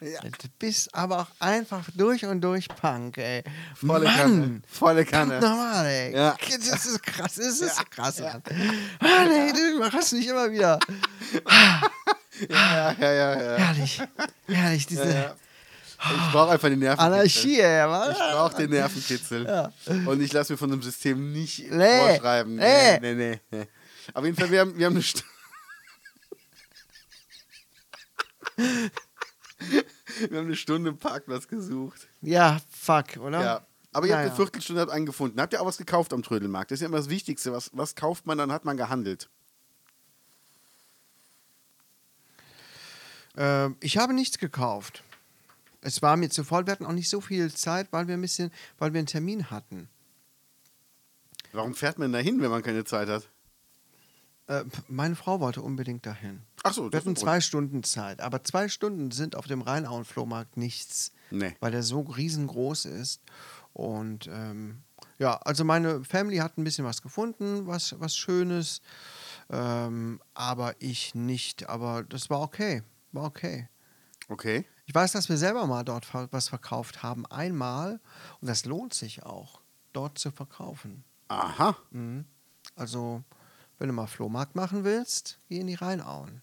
Du bist aber auch einfach durch und durch Punk, ey.
Volle
Mann,
Kanne. Volle
Verdammt
Kanne.
Normal, ey.
Ja.
Das ist krass, das ist krass. Mann. Mann, ey, du überraschst mich immer wieder.
Ja, ja, ja, ja.
Herrlich, herrlich, diese
Ich brauche einfach den Nervenkitzel.
Anarchie, ey. Mann.
Ich brauche den Nervenkitzel. Und ich lasse mir von dem System nicht
Nee.
vorschreiben.
Nee.
Nee, nee, nee. Auf jeden Fall, wir haben, wir haben eine St Wir haben eine Stunde Parkplatz gesucht.
Ja, fuck, oder?
Ja. Aber ihr habt
Naja.
eine Viertelstunde habt einen gefunden. Habt ihr auch was gekauft am Trödelmarkt? Das ist ja immer das Wichtigste. Was, was kauft man, dann hat man gehandelt.
Ähm, ich habe nichts gekauft. Es war mir zu voll, wir hatten auch nicht so viel Zeit, weil wir ein bisschen, weil wir einen Termin hatten.
Warum fährt man da hin, wenn man keine Zeit hat?
Äh, p- meine Frau wollte unbedingt dahin.
Ach so,
wir
das ist
hatten
ein
zwei Stunden Zeit, aber zwei Stunden sind auf dem Rheinauen-Flohmarkt nichts,
Nee.
weil der so riesengroß ist. Und ähm, ja, also meine Family hat ein bisschen was gefunden, was, was Schönes, ähm, aber ich nicht. Aber das war okay, war okay.
Okay.
Ich weiß, dass wir selber mal dort ver- was verkauft haben, einmal. Und das lohnt sich auch, dort zu verkaufen.
Aha.
Mhm. Also, wenn du mal Flohmarkt machen willst, geh in die Rheinauen.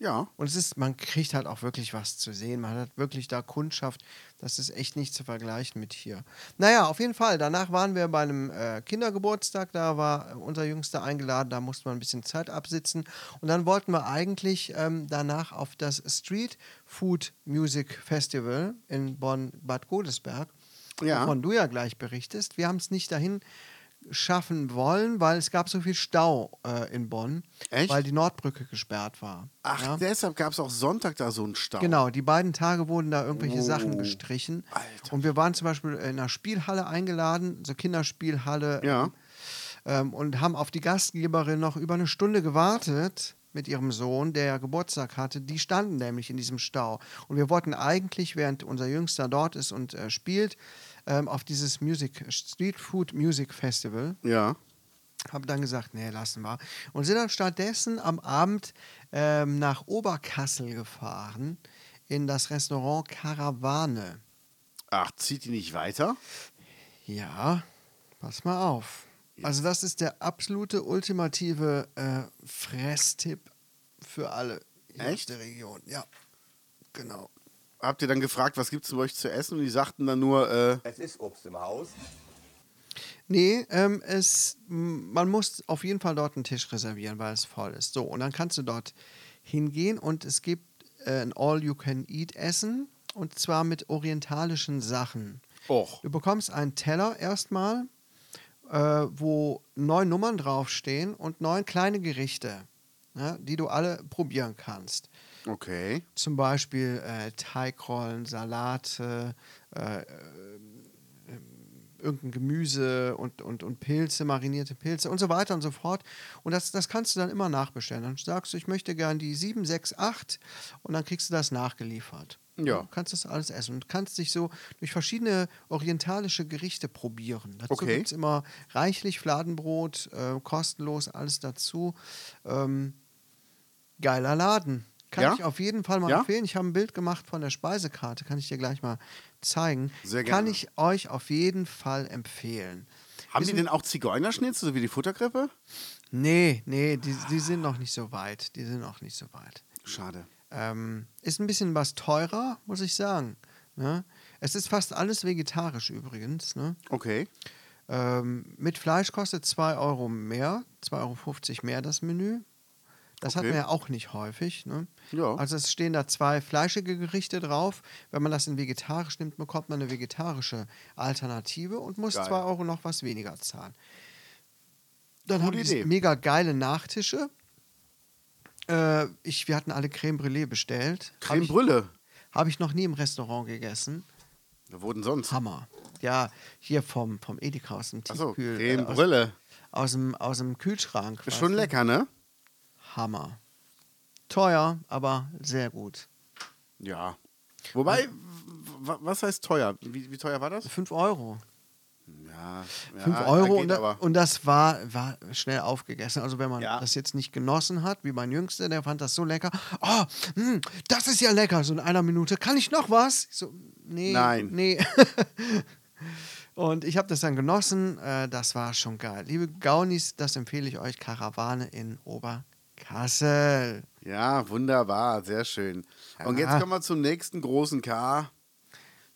Ja.
Und es ist, man kriegt halt auch wirklich was zu sehen. Man hat wirklich da Kundschaft. Das ist echt nicht zu vergleichen mit hier. Naja, auf jeden Fall. Danach waren wir bei einem äh, Kindergeburtstag. Da war äh, unser Jüngster eingeladen. Da musste man ein bisschen Zeit absitzen. Und dann wollten wir eigentlich ähm, danach auf das Street Food Music Festival in Bonn-Bad Godesberg
Ja.
wovon du ja gleich berichtest. Wir haben es nicht dahin schaffen wollen, weil es gab so viel Stau äh, in Bonn,
Echt?
weil die Nordbrücke gesperrt war.
Ach,
ja?
deshalb gab es auch Sonntag da so einen Stau.
Genau, die beiden Tage wurden da irgendwelche Sachen gestrichen.
Oh, Alter.
Und wir waren zum Beispiel in einer Spielhalle eingeladen, so Kinderspielhalle,
Ja.
ähm, und haben auf die Gastgeberin noch über eine Stunde gewartet mit ihrem Sohn, der ja Geburtstag hatte. Die standen nämlich in diesem Stau. Und wir wollten eigentlich, während unser Jüngster dort ist und äh, spielt, ähm, auf dieses Music, Street Food Music Festival
Ja.
haben dann gesagt, nee, lassen wir. Und sind dann stattdessen am Abend ähm, nach Oberkassel gefahren, in das Restaurant Karawane.
Ach, zieht die nicht weiter?
Ja, pass mal auf. Also das ist der absolute, ultimative äh, Fresstipp für alle hier aus
Echt?
der Region. Ja, genau.
Habt ihr dann gefragt, was gibt's denn bei euch zu essen? Und die sagten dann nur, äh,
Es ist Obst im Haus.
Nee, ähm, es, m- man muss auf jeden Fall dort einen Tisch reservieren, weil es voll ist. So, und dann kannst du dort hingehen und es gibt äh, ein All-You-Can-Eat-Essen und zwar mit orientalischen Sachen.
Och.
Du bekommst einen Teller erstmal, äh, wo neun Nummern draufstehen und neun kleine Gerichte, ne, die du alle probieren kannst.
okay.
Zum Beispiel äh, Teigrollen, Salate, äh, irgendein Gemüse und, und, und Pilze, marinierte Pilze und so weiter und so fort. Und das, das kannst du dann immer nachbestellen. Dann sagst du, ich möchte gern die 7, 6, 8 und dann kriegst du das nachgeliefert.
Ja.
Du kannst das alles essen und kannst dich so durch verschiedene orientalische Gerichte probieren. Dazu
Okay.
gibt es immer reichlich Fladenbrot, äh, kostenlos alles dazu. Ähm, geiler Laden. Kann
Ja?
ich auf jeden Fall mal
Ja?
empfehlen. Ich habe ein Bild gemacht von der Speisekarte, kann ich dir gleich mal zeigen.
Sehr
Kann
gerne.
ich euch auf jeden Fall empfehlen.
Haben die denn auch Zigeunerschnitzel, so wie die Futterkrippe?
Nee, nee, die, die sind noch nicht so weit. Die sind noch nicht so weit.
Schade.
Ähm, ist ein bisschen was teurer, muss ich sagen. Ne? Es ist fast alles vegetarisch übrigens. Ne?
Okay.
Ähm, mit Fleisch kostet 2 Euro mehr, 2,50 Euro mehr das Menü. Das hat
Okay.
man ja auch nicht häufig. Ne?
Ja.
Also es stehen da zwei fleischige Gerichte drauf. Wenn man das in vegetarisch nimmt, bekommt man eine vegetarische Alternative und muss
Geil.
2 Euro noch was weniger zahlen. Dann
Gute
haben die
Idee.
mega geile Nachtische. Äh, ich, wir hatten alle Creme Brûlée bestellt. Habe
Creme
ich,
Brülle.
hab ich noch nie im Restaurant gegessen.
Wo denn sonst?
Hammer. Ja, hier vom, vom Edeka aus dem
Achso,
Tiefkühl. äh,
Creme
aus-
Brülle.
aus dem, aus dem Kühlschrank.
Ist
weißt
schon
du?
lecker, ne?
Hammer. Teuer, aber sehr gut.
Ja. Wobei, w- w- was heißt teuer? Wie, wie teuer war das?
5 Euro.
Ja, Ja, ja,
5
da
Euro
geht
und, da,
aber.
und das war, war schnell aufgegessen. Also wenn man
Ja.
das jetzt nicht genossen hat, wie mein Jüngster, der fand das so lecker. Oh, hm, das ist ja lecker. So in einer Minute, kann ich noch was? Ich So, nee,
Nein.
nee. und ich habe das dann genossen. Äh, das war schon geil. Liebe Gaunis, das empfehle ich euch. Karawane in Oberkassel.
Ja, wunderbar, sehr schön. Und jetzt kommen wir zum nächsten großen K.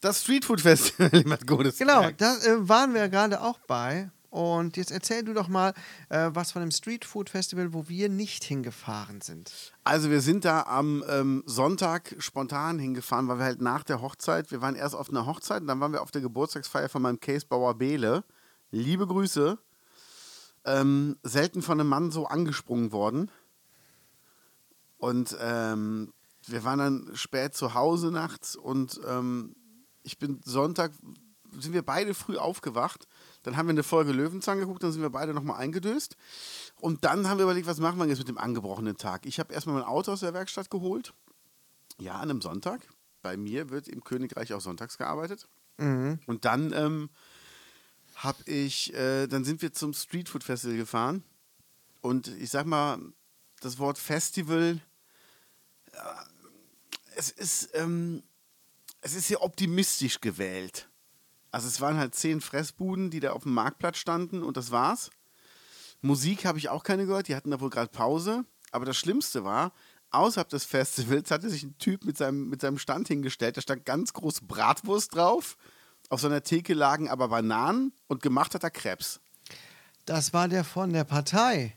Das Streetfood Festival, jemand Gutes.
Genau, da äh, waren wir ja gerade auch bei. Und jetzt erzähl du doch mal äh, was von dem Street Food Festival, wo wir nicht hingefahren sind.
Also wir sind da am ähm, Sonntag spontan hingefahren, weil wir halt nach der Hochzeit, wir waren erst auf einer Hochzeit, dann waren wir auf der Geburtstagsfeier von meinem Casebauer Bele. Liebe Grüße. Ähm, selten von einem Mann so angesprungen worden. Und ähm, wir waren dann spät zu Hause nachts und ähm, ich bin Sonntag, sind wir beide früh aufgewacht. Dann haben wir eine Folge Löwenzahn geguckt, dann sind wir beide nochmal eingedöst. Und dann haben wir überlegt, was machen wir jetzt mit dem angebrochenen Tag? Ich habe erstmal mein Auto aus der Werkstatt geholt. Ja, an einem Sonntag. Bei mir wird im Königreich auch sonntags gearbeitet. Und dann ähm, habe ich, äh, dann sind wir zum Streetfood Festival gefahren. Und ich sag mal, das Wort Festival, äh, es ist, ähm, es ist sehr optimistisch gewählt. Also es waren halt zehn Fressbuden, die da auf dem Marktplatz standen und das war's. Musik habe ich auch keine gehört, die hatten da wohl gerade Pause. Aber das Schlimmste war, außerhalb des Festivals hatte sich ein Typ mit seinem, mit seinem Stand hingestellt, da stand ganz groß Bratwurst drauf. Auf seiner Theke lagen aber Bananen und gemacht hat er Krebs.
Das war der von der Partei.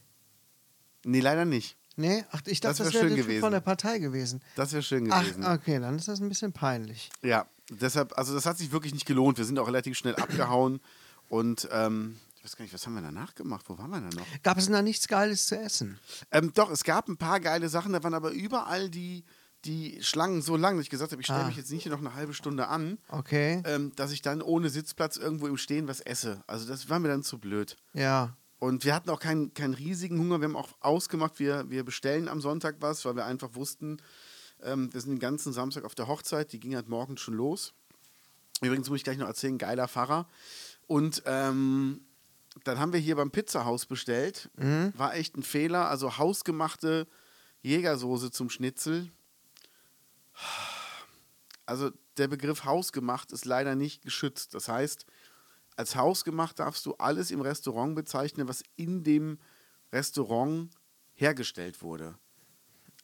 Nee, leider nicht.
Nee, ach, ich dachte,
Das wär
das, wäre
schön
der Typ
gewesen.
von der Partei gewesen.
Das wäre schön gewesen.
Ach, okay, dann ist das ein bisschen peinlich.
Ja, deshalb, also das hat sich wirklich nicht gelohnt. Wir sind auch relativ schnell abgehauen und ähm, ich weiß gar nicht, was haben wir danach gemacht? Wo waren wir denn noch?
Gab es denn da nichts Geiles zu essen?
Ähm, doch, es gab ein paar geile Sachen, da waren aber überall die, die Schlangen so lang, dass ich gesagt habe, ich
Ah.
stelle mich jetzt nicht hier noch eine halbe Stunde an,
Okay,
ähm, dass ich dann ohne Sitzplatz irgendwo im Stehen was esse. Also das war mir dann zu blöd.
ja.
Und wir hatten auch keinen, keinen riesigen Hunger. Wir haben auch ausgemacht, wir, wir bestellen am Sonntag was, weil wir einfach wussten, ähm, wir sind den ganzen Samstag auf der Hochzeit. Die ging halt morgens schon los. Übrigens muss ich gleich noch erzählen, geiler Pfarrer. Und ähm, dann haben wir hier beim Pizzahaus bestellt. War echt ein Fehler. Also hausgemachte Jägersoße zum Schnitzel. Also der Begriff hausgemacht ist leider nicht geschützt. Das heißt, als hausgemacht darfst du alles im Restaurant bezeichnen, was in dem Restaurant hergestellt wurde.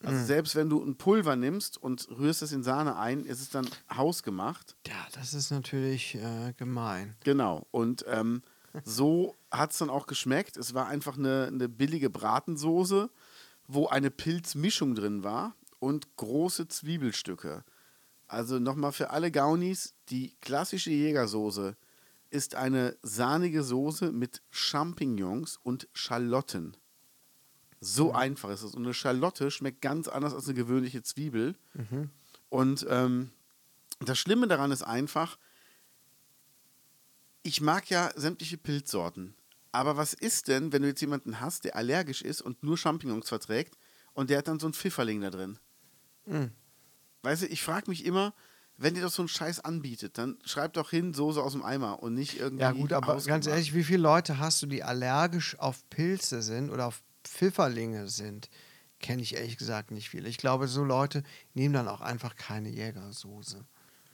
Also selbst wenn du ein Pulver nimmst und rührst es in Sahne ein, ist es dann hausgemacht.
Ja, das ist natürlich äh, gemein.
Genau. Und ähm, so hat es dann auch geschmeckt. Es war einfach eine, eine billige Bratensoße, wo eine Pilzmischung drin war und große Zwiebelstücke. Also nochmal für alle Gaunis, die klassische Jägersoße ist eine sahnige Soße mit Champignons und Schalotten.
Mhm.
So einfach ist es. Und eine Schalotte schmeckt ganz anders als eine gewöhnliche Zwiebel.
Mhm.
Und ähm, das Schlimme daran ist einfach, ich mag ja sämtliche Pilzsorten. Aber was ist denn, wenn du jetzt jemanden hast, der allergisch ist und nur Champignons verträgt und der hat dann so ein Pfifferling da drin?
Mhm.
Weißt du, ich frage mich immer, wenn dir das so ein Scheiß anbietet, dann schreib doch hin Soße aus dem Eimer und nicht irgendwie.
Ja, gut, aber
hausgemacht.
ganz ehrlich, wie viele Leute hast du, die allergisch auf Pilze sind oder auf Pfifferlinge sind? Kenne ich ehrlich gesagt nicht viele. Ich glaube, so Leute nehmen dann auch einfach keine Jägersoße.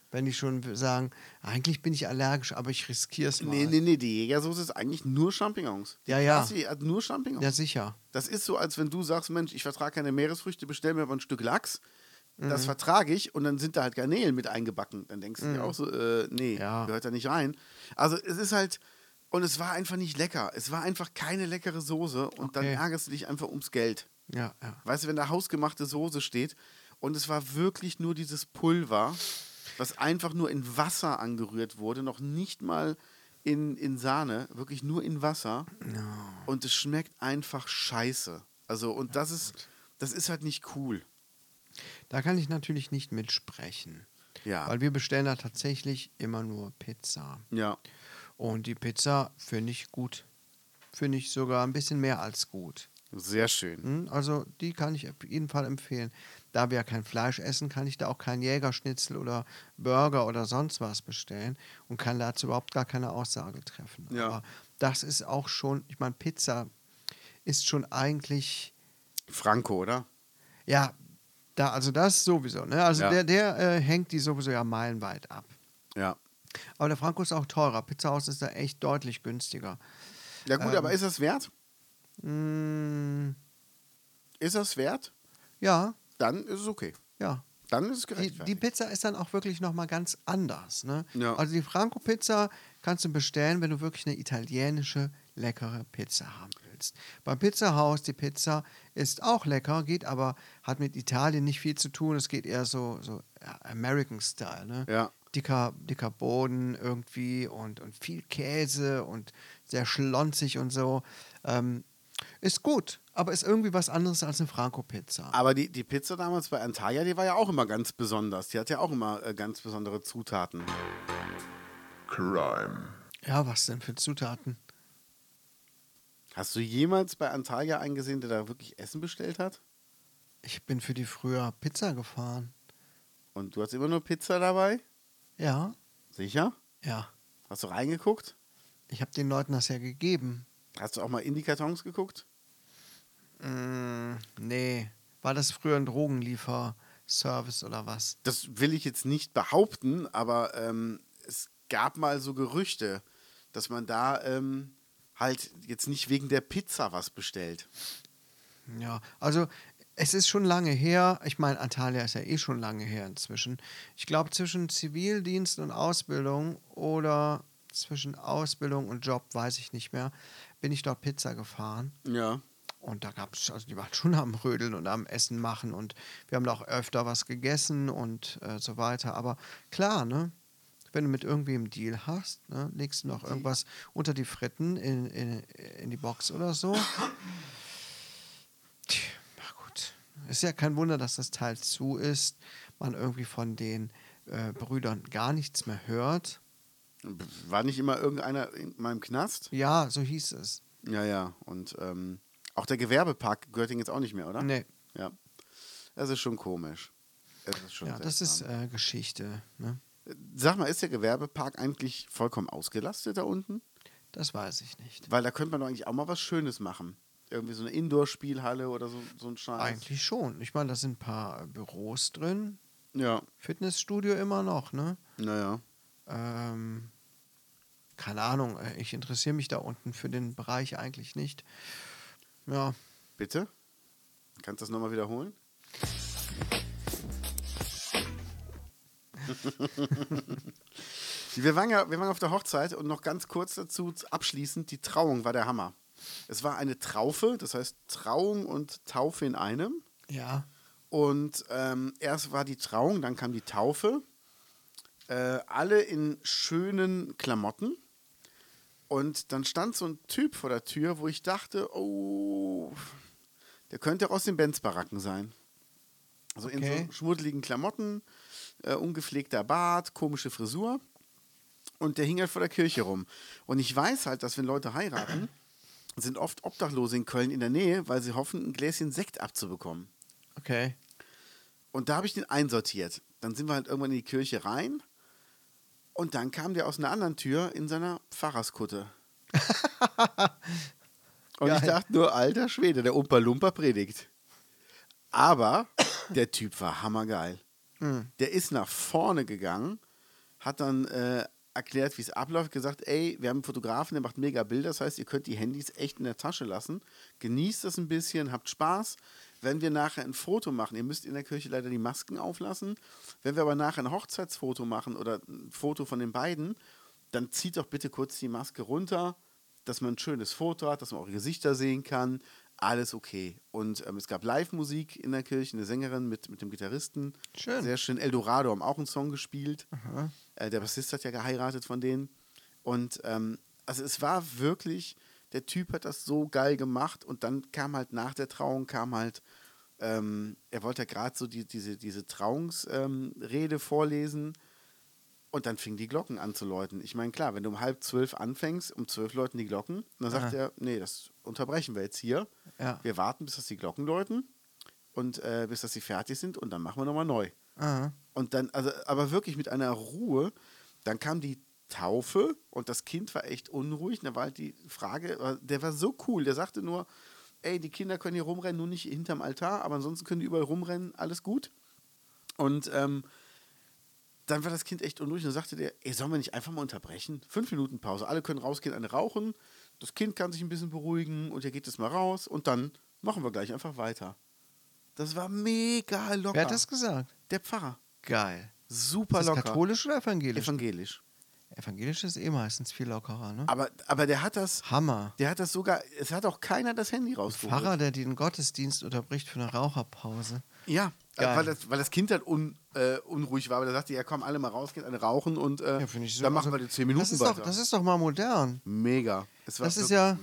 Wenn die schon sagen, eigentlich bin ich allergisch, aber ich riskiere es mal.
Nee, nee, nee, die Jägersoße ist eigentlich nur Champignons. Die
Ja, ja.
Klasse, Die hat nur Champignons.
Ja, sicher.
Das ist so, als wenn du sagst, Mensch, ich vertrage keine Meeresfrüchte, bestell mir aber ein Stück Lachs.
Mhm.
Das vertrage ich und dann sind da halt Garnelen mit eingebacken. Dann denkst du dir auch so, äh, nee,
Ja.
gehört da nicht rein. Also es ist halt, und es war einfach nicht lecker. Es war einfach keine leckere Soße und dann
Okay.
ärgerst du dich einfach ums Geld.
Ja, ja.
Weißt du, wenn da hausgemachte Soße steht und es war wirklich nur dieses Pulver, was einfach nur in Wasser angerührt wurde, noch nicht mal in, in Sahne, wirklich nur in Wasser. Und es schmeckt einfach scheiße. Also, und das ist, das ist halt nicht cool.
Da kann ich natürlich nicht mitsprechen.
Ja.
Weil wir bestellen da tatsächlich immer nur Pizza.
Ja.
Und die Pizza finde ich gut. Finde ich sogar ein bisschen mehr als gut.
Sehr schön.
Hm, Also die kann ich auf jeden Fall empfehlen. Da wir ja kein Fleisch essen, kann ich da auch keinen Jägerschnitzel oder Burger oder sonst was bestellen und kann dazu überhaupt gar keine Aussage treffen.
Ja.
Aber das ist auch schon, ich meine, Pizza ist schon eigentlich
Franco, oder?
ja, da, also das sowieso. Ne? Also
Ja.
der, der äh, hängt die sowieso ja meilenweit ab.
Ja.
Aber der Franco ist auch teurer. Pizzahaus ist da echt deutlich günstiger.
Ja gut, aber ist das wert?
Ähm. Mm,
Ist das wert?
ja,
Dann ist es okay.
ja.
Dann ist es
Die, die
gerechtfertigt.
Pizza ist dann auch wirklich nochmal ganz anders. Ne?
Ja.
Also die Franco-Pizza kannst du bestellen, wenn du wirklich eine italienische, leckere Pizza haben willst. Beim Pizzahaus, die Pizza ist auch lecker, geht aber, hat mit Italien nicht viel zu tun. Es geht eher so, so ja, American-Style. Ne?
Ja.
Dicker, dicker Boden irgendwie und, und viel Käse und sehr schlonzig und so. Ähm, ist gut, aber ist irgendwie was anderes als eine Franco-Pizza.
aber die, die Pizza damals bei Antalya, die war ja auch immer ganz besonders. Die hat ja auch immer äh, ganz besondere Zutaten.
Crime.
Ja, was denn für Zutaten?
Hast du jemals bei Antalya einen gesehen, der da wirklich Essen bestellt hat?
Ich bin für die früher Pizza gefahren.
Und du hast immer nur Pizza dabei?
Ja,
Sicher?
ja.
Hast du reingeguckt?
Ich habe den Leuten das ja gegeben.
Hast du auch mal in die Kartons geguckt?
Mm, nee. War das früher ein Drogenlieferservice oder was?
Das will ich jetzt nicht behaupten, aber ähm, es gab mal so Gerüchte, dass man da ähm, halt jetzt nicht wegen der Pizza was bestellt.
Ja, also es ist schon lange her. Ich meine, Antalya ist ja eh schon lange her inzwischen. Ich glaube, zwischen Zivildienst und Ausbildung oder zwischen Ausbildung und Job, weiß ich nicht mehr, bin ich dort Pizza gefahren.
Ja.
Und da gab es, also die waren schon am Rödeln und am Essen machen und wir haben da auch öfter was gegessen und äh, so weiter. Aber klar, ne? Wenn du mit irgendwie im Deal hast, ne, legst du noch irgendwas unter die Fritten in, in, in die Box oder so. Tch, na gut. Ist ja kein Wunder, dass das Teil zu ist, man irgendwie von den äh, Brüdern gar nichts mehr hört.
War nicht immer irgendeiner in meinem Knast?
Ja, so hieß es.
Ja, ja. Und ähm, auch der Gewerbepark gehört denen jetzt auch nicht mehr, oder?
Nee.
Ja. Das ist schon komisch. Das ist schon
Ja, das
seltsam.
ist äh, Geschichte. Ne?
Sag mal, ist der Gewerbepark eigentlich vollkommen ausgelastet da unten?
Das weiß ich nicht.
Weil da könnte man doch eigentlich auch mal was Schönes machen. Irgendwie so eine Indoor-Spielhalle oder so, so ein Scheiß.
Eigentlich schon. Ich meine, da sind ein paar äh, Büros drin.
Ja,
Fitnessstudio immer noch, ne?
naja.
Ähm, keine Ahnung, äh, ich interessiere mich da unten für den Bereich eigentlich nicht. Ja,
Bitte? Kannst du das nochmal wiederholen? wir, waren ja, wir waren auf der Hochzeit und noch ganz kurz dazu abschließend, die Trauung war der Hammer. Es war eine Traufe, das heißt Trauung und Taufe in einem.
ja.
Und ähm, erst war die Trauung, dann kam die Taufe. Äh, alle in schönen Klamotten. Und dann stand so ein Typ vor der Tür, wo ich dachte, oh, der könnte auch aus den Benz-Baracken sein. Also in
Okay.
so schmuddeligen Klamotten, äh, ungepflegter Bart, komische Frisur. Und der hing halt vor der Kirche rum. Und ich weiß halt, dass wenn Leute heiraten, sind oft Obdachlose in Köln in der Nähe, weil sie hoffen, ein Gläschen Sekt abzubekommen.
Okay.
Und da habe ich den einsortiert. Dann sind wir halt irgendwann in die Kirche rein. Und dann kam der aus einer anderen Tür in seiner Pfarrerskutte. und ich dachte nur, alter Schwede, der Opa Lumper predigt. Aber der Typ war hammergeil. Der ist nach vorne gegangen, hat dann äh, erklärt, wie es abläuft, gesagt, ey, wir haben einen Fotografen, der macht mega Bilder, das heißt, ihr könnt die Handys echt in der Tasche lassen, genießt das ein bisschen, habt Spaß. Wenn wir nachher ein Foto machen, ihr müsst in der Kirche leider die Masken auflassen, wenn wir aber nachher ein Hochzeitsfoto machen oder ein Foto von den beiden, dann zieht doch bitte kurz die Maske runter, dass man ein schönes Foto hat, dass man eure Gesichter sehen kann. Alles okay. Und ähm, es gab Live-Musik in der Kirche, eine Sängerin mit, mit dem Gitarristen.
Schön.
Sehr schön. Eldorado haben auch einen Song gespielt. Äh, der Bassist hat ja geheiratet von denen. Und ähm, also es war wirklich, der Typ hat das so geil gemacht. Und dann kam halt nach der Trauung, kam halt, ähm, er wollte ja gerade so die, diese, diese Trauungsrede ähm, Rede vorlesen. Und dann fingen die Glocken an zu läuten. Ich meine, klar, wenn du um halb zwölf anfängst, um zwölf läuten die Glocken, und dann sagt er, nee, das unterbrechen wir jetzt hier.
Ja.
Wir warten, bis das die Glocken läuten. und äh, bis dass sie fertig sind und dann machen wir nochmal neu.
Aha.
Und dann, also, aber wirklich mit einer Ruhe, dann kam die Taufe und das Kind war echt unruhig. Und da war halt die Frage, äh, der war so cool, der sagte nur, ey, die Kinder können hier rumrennen, nur nicht hinterm Altar, aber ansonsten können die überall rumrennen, alles gut. Und ähm, dann war das Kind echt unruhig und dann sagte der, ey, sollen wir nicht einfach mal unterbrechen? Fünf Minuten Pause, alle können rausgehen, eine rauchen, das Kind kann sich ein bisschen beruhigen und er geht jetzt mal raus und dann machen wir gleich einfach weiter. Das war mega locker.
Wer hat das gesagt?
Der Pfarrer.
Geil.
Super
ist das
locker.
katholisch oder evangelisch?
Evangelisch.
evangelisch ist eh meistens viel lockerer, ne?
Aber, aber der hat das.
Hammer.
Der hat das sogar. Es hat auch keiner das Handy rausgeholt.
Pfarrer, der den Gottesdienst unterbricht für eine Raucherpause.
Ja. äh,
Geil.
Weil das, weil das Kind halt un, äh, unruhig war, weil er sagte, ja komm, alle mal rausgehen, alle rauchen und äh,
Ja, finde ich so.
dann machen
also,
wir die 10 Minuten
das ist
weiter.
Doch, das ist doch mal modern.
Mega. Es war
Das ist
wirklich-
ja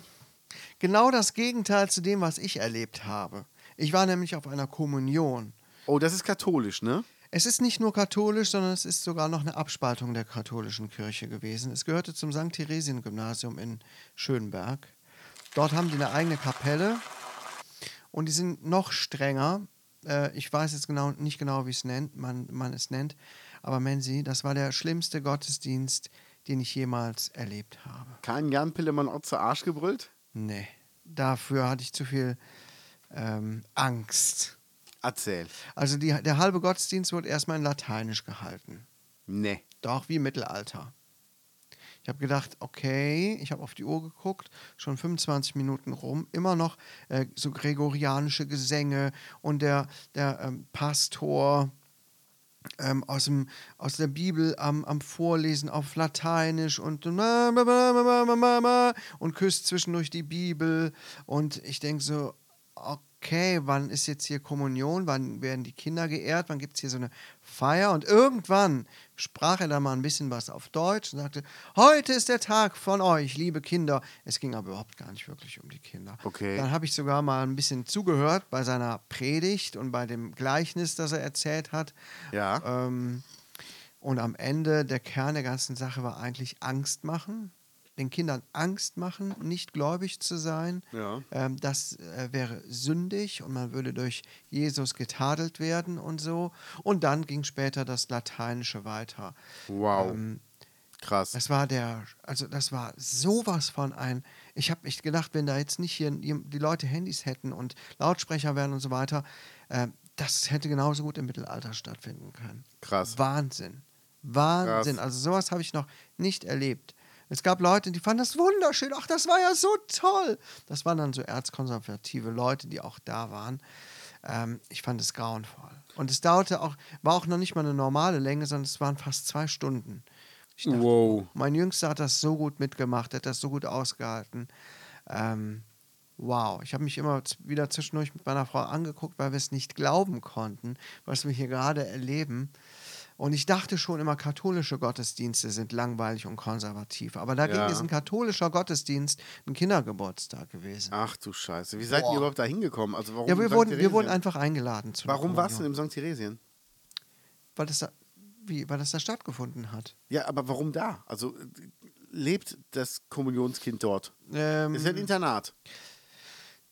genau das Gegenteil zu dem, was ich erlebt habe. Ich war nämlich auf einer Kommunion.
Oh, das ist katholisch, ne?
Es ist nicht nur katholisch, sondern es ist sogar noch eine Abspaltung der katholischen Kirche gewesen. Es gehörte zum St. Theresien-Gymnasium in Schönberg. Dort haben die eine eigene Kapelle und die sind noch strenger. Äh, ich weiß jetzt genau, nicht genau, wie es nennt, man, man es nennt, aber Menzi, das war der schlimmste Gottesdienst, den ich jemals erlebt habe.
Kein Jan Pillemann Otze Arsch gebrüllt?
Nee, dafür hatte ich zu viel ähm, Angst.
Erzähl.
Also die, der halbe Gottesdienst wurde erstmal in Lateinisch gehalten.
Nee.
Doch, wie im Mittelalter. Ich habe gedacht, okay, ich habe auf die Uhr geguckt, schon 25 Minuten rum, immer noch äh, so gregorianische Gesänge und der, der ähm, Pastor ähm, aus, dem, aus der Bibel am, am Vorlesen auf Lateinisch und, und küsst zwischendurch die Bibel. Und ich denke so, okay, wann ist jetzt hier Kommunion? Wann werden die Kinder geehrt? Wann gibt es hier so eine Feier? Und irgendwann sprach er da mal ein bisschen was auf Deutsch und sagte, heute ist der Tag von euch, liebe Kinder. Es ging aber überhaupt gar nicht wirklich um die Kinder.
Okay.
Dann habe ich sogar mal ein bisschen zugehört bei seiner Predigt und bei dem Gleichnis, das er erzählt hat.
Ja.
Ähm, und am Ende, der Kern der ganzen Sache war eigentlich Angst machen. Den Kindern Angst machen, nicht gläubig zu sein.
Ja.
Ähm, das äh, wäre sündig und man würde durch Jesus getadelt werden und so. Und dann ging später das Lateinische weiter.
Wow. Krass.
ähm, Das war der, also das war sowas von ein. Ich habe nicht gedacht, wenn da jetzt nicht hier die die Leute Handys hätten und Lautsprecher wären und so weiter, äh, das hätte genauso gut im Mittelalter stattfinden können.
Krass.
Wahnsinn. Wahnsinn.
Krass.
Also sowas habe ich noch nicht erlebt. Es gab Leute, die fanden das wunderschön. Ach, das war ja so toll. Das waren dann so erzkonservative Leute, die auch da waren. Ähm, ich fand es grauenvoll. Und es dauerte auch, war auch noch nicht mal eine normale Länge, sondern es waren fast zwei Stunden. Ich dachte,
Wow.
mein Jüngster hat das so gut mitgemacht, hat das so gut ausgehalten. Ähm, wow, ich habe mich immer z- wieder zwischendurch mit meiner Frau angeguckt, weil wir es nicht glauben konnten, was wir hier gerade erleben. Und ich dachte schon immer, katholische Gottesdienste sind langweilig und konservativ. Aber dagegen
Ja.
ist ein katholischer Gottesdienst ein Kindergeburtstag gewesen.
Ach du Scheiße. Wie seid ihr überhaupt da hingekommen? Also warum
ja, wir
St.
wurden, wir wurden
Theresien?
einfach eingeladen. Zu einer
Warum warst du
Kommunion.
denn im St. Theresien?
Weil das da, wie, weil das da stattgefunden hat.
Ja, aber warum da? Also äh, lebt das Kommunionskind dort?
Ähm,
Ist ja ein Internat.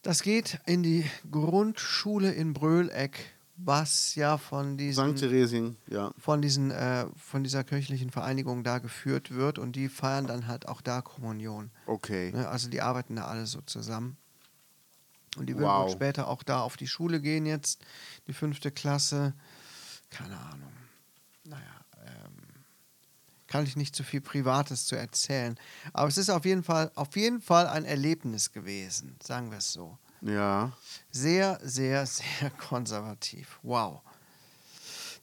Das geht in die Grundschule in Bröleck, was ja von diesen,
St. Theresien, ja.
von, diesen äh, von dieser kirchlichen Vereinigung da geführt wird und die feiern dann halt auch da Kommunion.
Okay.
Ne? Also die arbeiten da alle so zusammen. Und die würden
Wow.
wohl später auch da auf die Schule gehen jetzt, die fünfte Klasse. Keine Ahnung. Naja, ähm, kann ich nicht zu viel Privates zu erzählen. Aber es ist auf jeden Fall, auf jeden Fall ein Erlebnis gewesen, sagen wir es so.
Ja.
Sehr, sehr, sehr konservativ. Wow.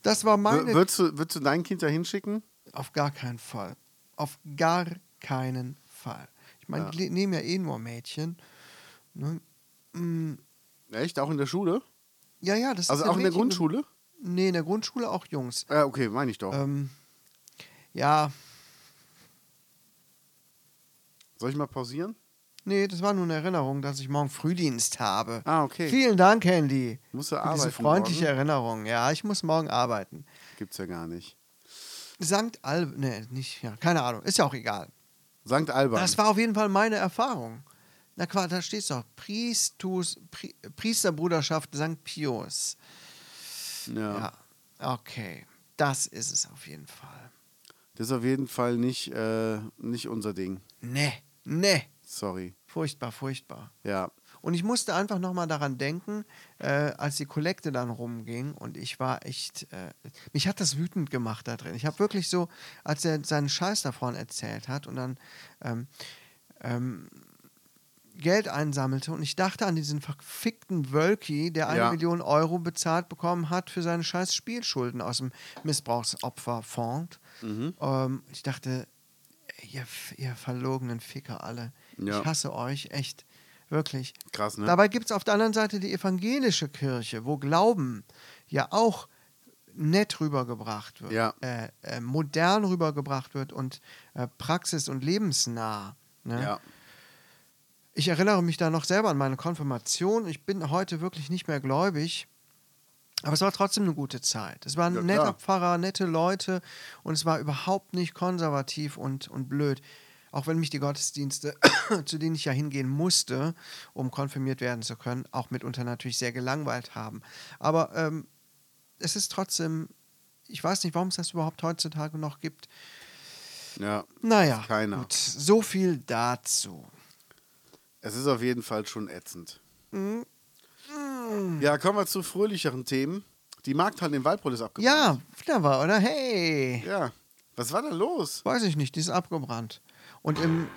Das war meine.
W- Würdest du, würdest du dein Kind da hinschicken?
auf gar keinen Fall. Auf gar keinen Fall. Ich meine, die nehmen ja eh nur Mädchen. Ne? Mm,
Echt? Auch in der Schule?
Ja, ja, das
Also
ist
auch in der
Mädchen-
Grundschule?
Nee, in der Grundschule auch Jungs.
Ja, okay, meine ich doch.
Ähm, ja,
Soll ich mal pausieren?
nee, das war nur eine Erinnerung, dass ich morgen Frühdienst habe.
Ah, okay.
Vielen Dank, Handy.
Musst du
für
arbeiten
Diese freundliche
morgen?
Erinnerung. Ja, ich muss morgen arbeiten.
Gibt's ja gar nicht.
Sankt Alb. Nee, nicht, ja, keine Ahnung. Ist ja auch egal.
St. Alban.
Das war auf jeden Fall meine Erfahrung. Na klar, da steht doch. Priestus, Pri, Priesterbruderschaft St. Pius.
Ja.
Ja, okay. Das ist es auf jeden Fall.
Das ist auf jeden Fall nicht, äh, nicht unser Ding.
Ne, ne.
Sorry.
Furchtbar, furchtbar.
Ja.
Und ich musste einfach nochmal daran denken, äh, als die Kollekte dann rumging und ich war echt, äh, mich hat das wütend gemacht da drin. Ich habe wirklich so, als er seinen Scheiß davon erzählt hat und dann ähm, ähm, Geld einsammelte und ich dachte an diesen verfickten Wölki, der eine
Ja.
Million Euro bezahlt bekommen hat für seine scheiß Spielschulden aus dem Missbrauchsopferfonds.
Mhm.
Ähm, ich dachte, ihr, ihr verlogenen Ficker alle,
Ja.
ich hasse euch, echt. Wirklich.
Krass, ne?
Dabei gibt es auf der anderen Seite die evangelische Kirche, wo Glauben ja auch nett rübergebracht wird,
Ja.
äh, äh, modern rübergebracht wird und äh, praxis- und lebensnah. Ne?
Ja.
Ich erinnere mich da noch selber an meine Konfirmation. Ich bin heute wirklich nicht mehr gläubig. Aber es war trotzdem eine gute Zeit. Es war ein
Ja,
netter
klar.
Pfarrer, nette Leute und es war überhaupt nicht konservativ und, und blöd. Auch wenn mich die Gottesdienste, zu denen ich ja hingehen musste, um konfirmiert werden zu können, auch mitunter natürlich sehr gelangweilt haben. Aber ähm, es ist trotzdem, ich weiß nicht, warum es das überhaupt heutzutage noch gibt.
Ja.
Naja,
Keiner.
gut, so viel dazu.
Es ist auf jeden Fall schon ätzend.
Mhm.
Mm. Ja, kommen wir zu fröhlicheren Themen. Die Markthalle in Walpole ist abgebrannt.
Ja, wunderbar, oder? Hey!
Ja. Was war da los?
Weiß ich nicht, die ist abgebrannt. Und im.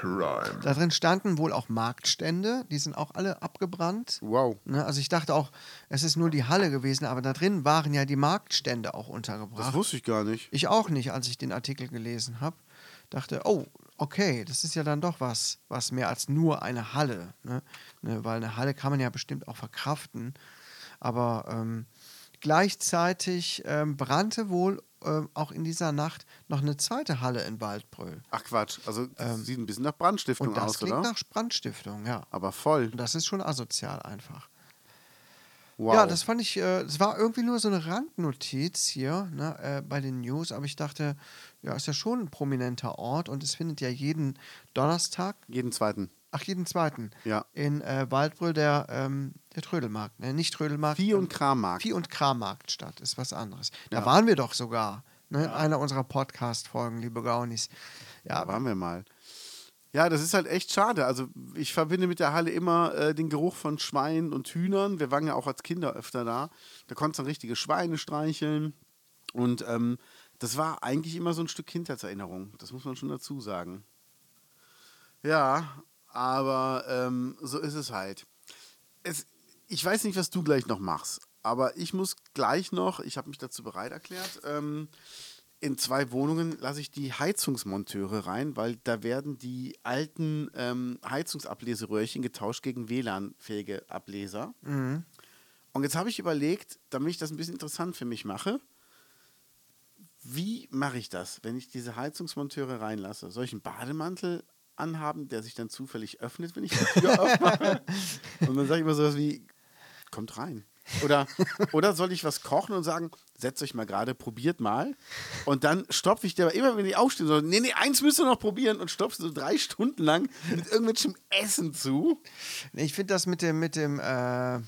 Da drin standen wohl auch Marktstände, die sind auch alle abgebrannt.
Wow.
Ne, also ich dachte auch, es ist nur die Halle gewesen, aber da drin waren ja die Marktstände auch
Das
untergebracht.
wusste ich gar nicht.
Ich auch nicht, als ich den Artikel gelesen habe. Dachte, oh, okay, das ist ja dann doch was, was mehr als nur eine Halle. Ne? Ne, weil eine Halle kann man ja bestimmt auch verkraften. Aber ähm, gleichzeitig ähm, brannte wohl ähm, auch in dieser Nacht noch eine zweite Halle in Waldbröl.
Ach Quatsch. Also das sieht ein bisschen nach Brandstiftung
Ähm, Und das
aus,
klingt
oder?
nach Brandstiftung, ja.
Aber voll.
Und das ist schon asozial einfach.
Wow.
Ja, das fand ich, äh, das war irgendwie nur so eine Randnotiz hier ne, äh, bei den News, aber ich dachte, ja, ist ja schon ein prominenter Ort und es findet ja jeden Donnerstag,
Jeden zweiten.
ach, jeden zweiten,
Ja.
in äh, Waldbrüll der, ähm, der Trödelmarkt, ne, nicht Trödelmarkt.
Vieh- und
ähm,
Krammarkt.
Vieh- und Krammarkt statt, ist was anderes. Da waren wir doch sogar, ne, in einer unserer Podcast-Folgen, liebe Gaunis. Ja,
Da waren wir mal. Ja, das ist halt echt schade. Also ich verbinde mit der Halle immer äh, den Geruch von Schweinen und Hühnern. Wir waren ja auch als Kinder öfter da. Da konntest du dann richtige Schweine streicheln. Und ähm, das war eigentlich immer so ein Stück Kindheitserinnerung. Das muss man schon dazu sagen. Ja, aber ähm, so ist es halt. Es, ich weiß nicht, was du gleich noch machst, aber ich muss gleich noch, ich habe mich dazu bereit erklärt, ähm, in zwei Wohnungen lasse ich die Heizungsmonteure rein, weil da werden die alten ähm, Heizungsableseröhrchen getauscht gegen WLAN-fähige Ableser. Und jetzt habe ich überlegt, damit ich das ein bisschen interessant für mich mache, wie mache ich das, wenn ich diese Heizungsmonteure reinlasse? Soll ich einen Bademantel anhaben, der sich dann zufällig öffnet, wenn ich die Tür aufmache? Und dann sage ich immer sowas wie, kommt rein. Oder, oder soll ich was kochen und sagen, setzt euch mal gerade, probiert mal. Und dann stopfe ich der immer, wenn ich aufstehen soll, nee, nee, eins müsst ihr noch probieren und stopfst so drei Stunden lang mit irgendwelchem Essen zu.
Nee, ich finde das mit dem, mit dem, äh,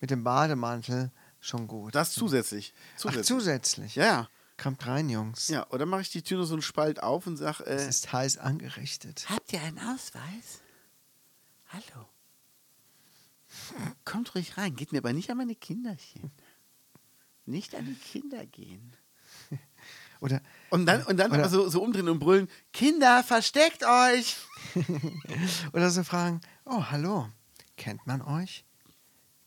mit dem Bademantel schon gut.
Das zusätzlich.
Ach, zusätzlich.
Ja, ja.
Kommt rein, Jungs.
Ja, oder mache ich die Tür nur so einen Spalt auf und sage,
Es
äh,
ist heiß angerichtet.
Habt ihr einen Ausweis? Hallo. Hm, Kommt ruhig rein, geht mir aber nicht an meine Kinderchen. Nicht an die Kinder gehen.
Oder
Und dann, und dann
Oder-
aber so, so umdrehen und brüllen: Kinder, versteckt euch!
Oder so fragen, oh, hallo, kennt man euch?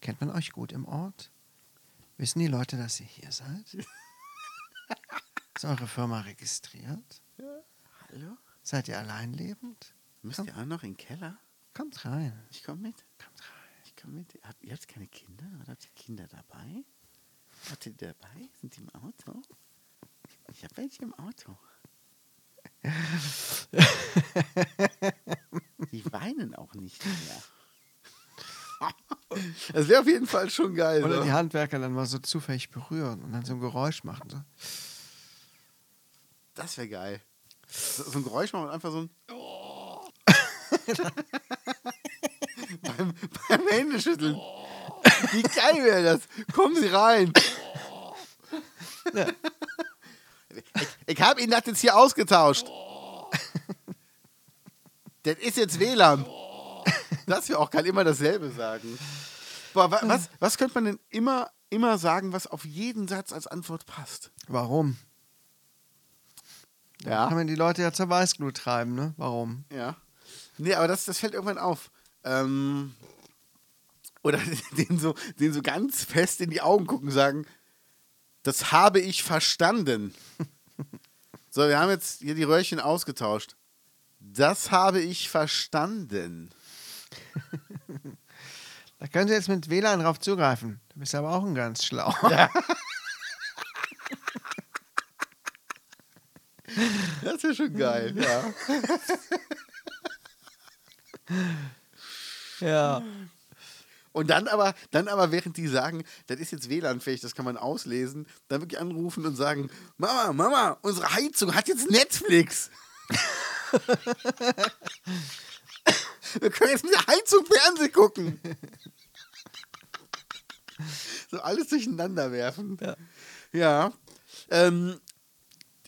Kennt man euch gut im Ort? Wissen die Leute, dass ihr hier seid? Ist eure Firma registriert?
Hallo?
Seid ihr alleinlebend?
Müsst ihr auch noch in den Keller?
Kommt rein.
Ich komme mit. Kommt rein. Ich komme mit. Habt, ihr habt keine Kinder? Oder habt ihr Kinder dabei? Habt ihr die dabei? Sind die im Auto? Ich habe welche im Auto. die weinen auch nicht mehr. Das wäre auf jeden Fall schon geil.
Oder die
ne?
Handwerker dann mal so zufällig berühren und dann so ein Geräusch machen. So.
Das wäre geil. So, so ein Geräusch machen und einfach so ein. beim, beim Händeschütteln. Wie geil wäre das? Kommen Sie rein. Ich, ich habe Ihnen das jetzt hier ausgetauscht. Das ist jetzt WLAN. Dass wir auch kann immer dasselbe sagen. Boah, wa, was, was könnte man denn immer, immer sagen, was auf jeden Satz als Antwort passt?
Warum?
Ja.
Kann man die Leute ja zur Weißglut treiben, ne? Warum?
Ja. Nee, aber das, das fällt irgendwann auf. Ähm, oder den so, den so ganz fest in die Augen gucken und sagen, das habe ich verstanden. so, wir haben jetzt hier die Röhrchen ausgetauscht. Das habe ich verstanden.
Da können sie jetzt mit WLAN drauf zugreifen. Du bist aber auch ein ganz schlau.
Das ist ja schon geil, ja.
Ja.
Und dann aber, dann aber, während die sagen, das ist jetzt WLAN-fähig, das kann man auslesen, dann wirklich anrufen und sagen, Mama, Mama, unsere Heizung hat jetzt Netflix. Wir können jetzt mit der Heizung Fernsehen gucken. So alles durcheinander werfen. Ja. Ähm,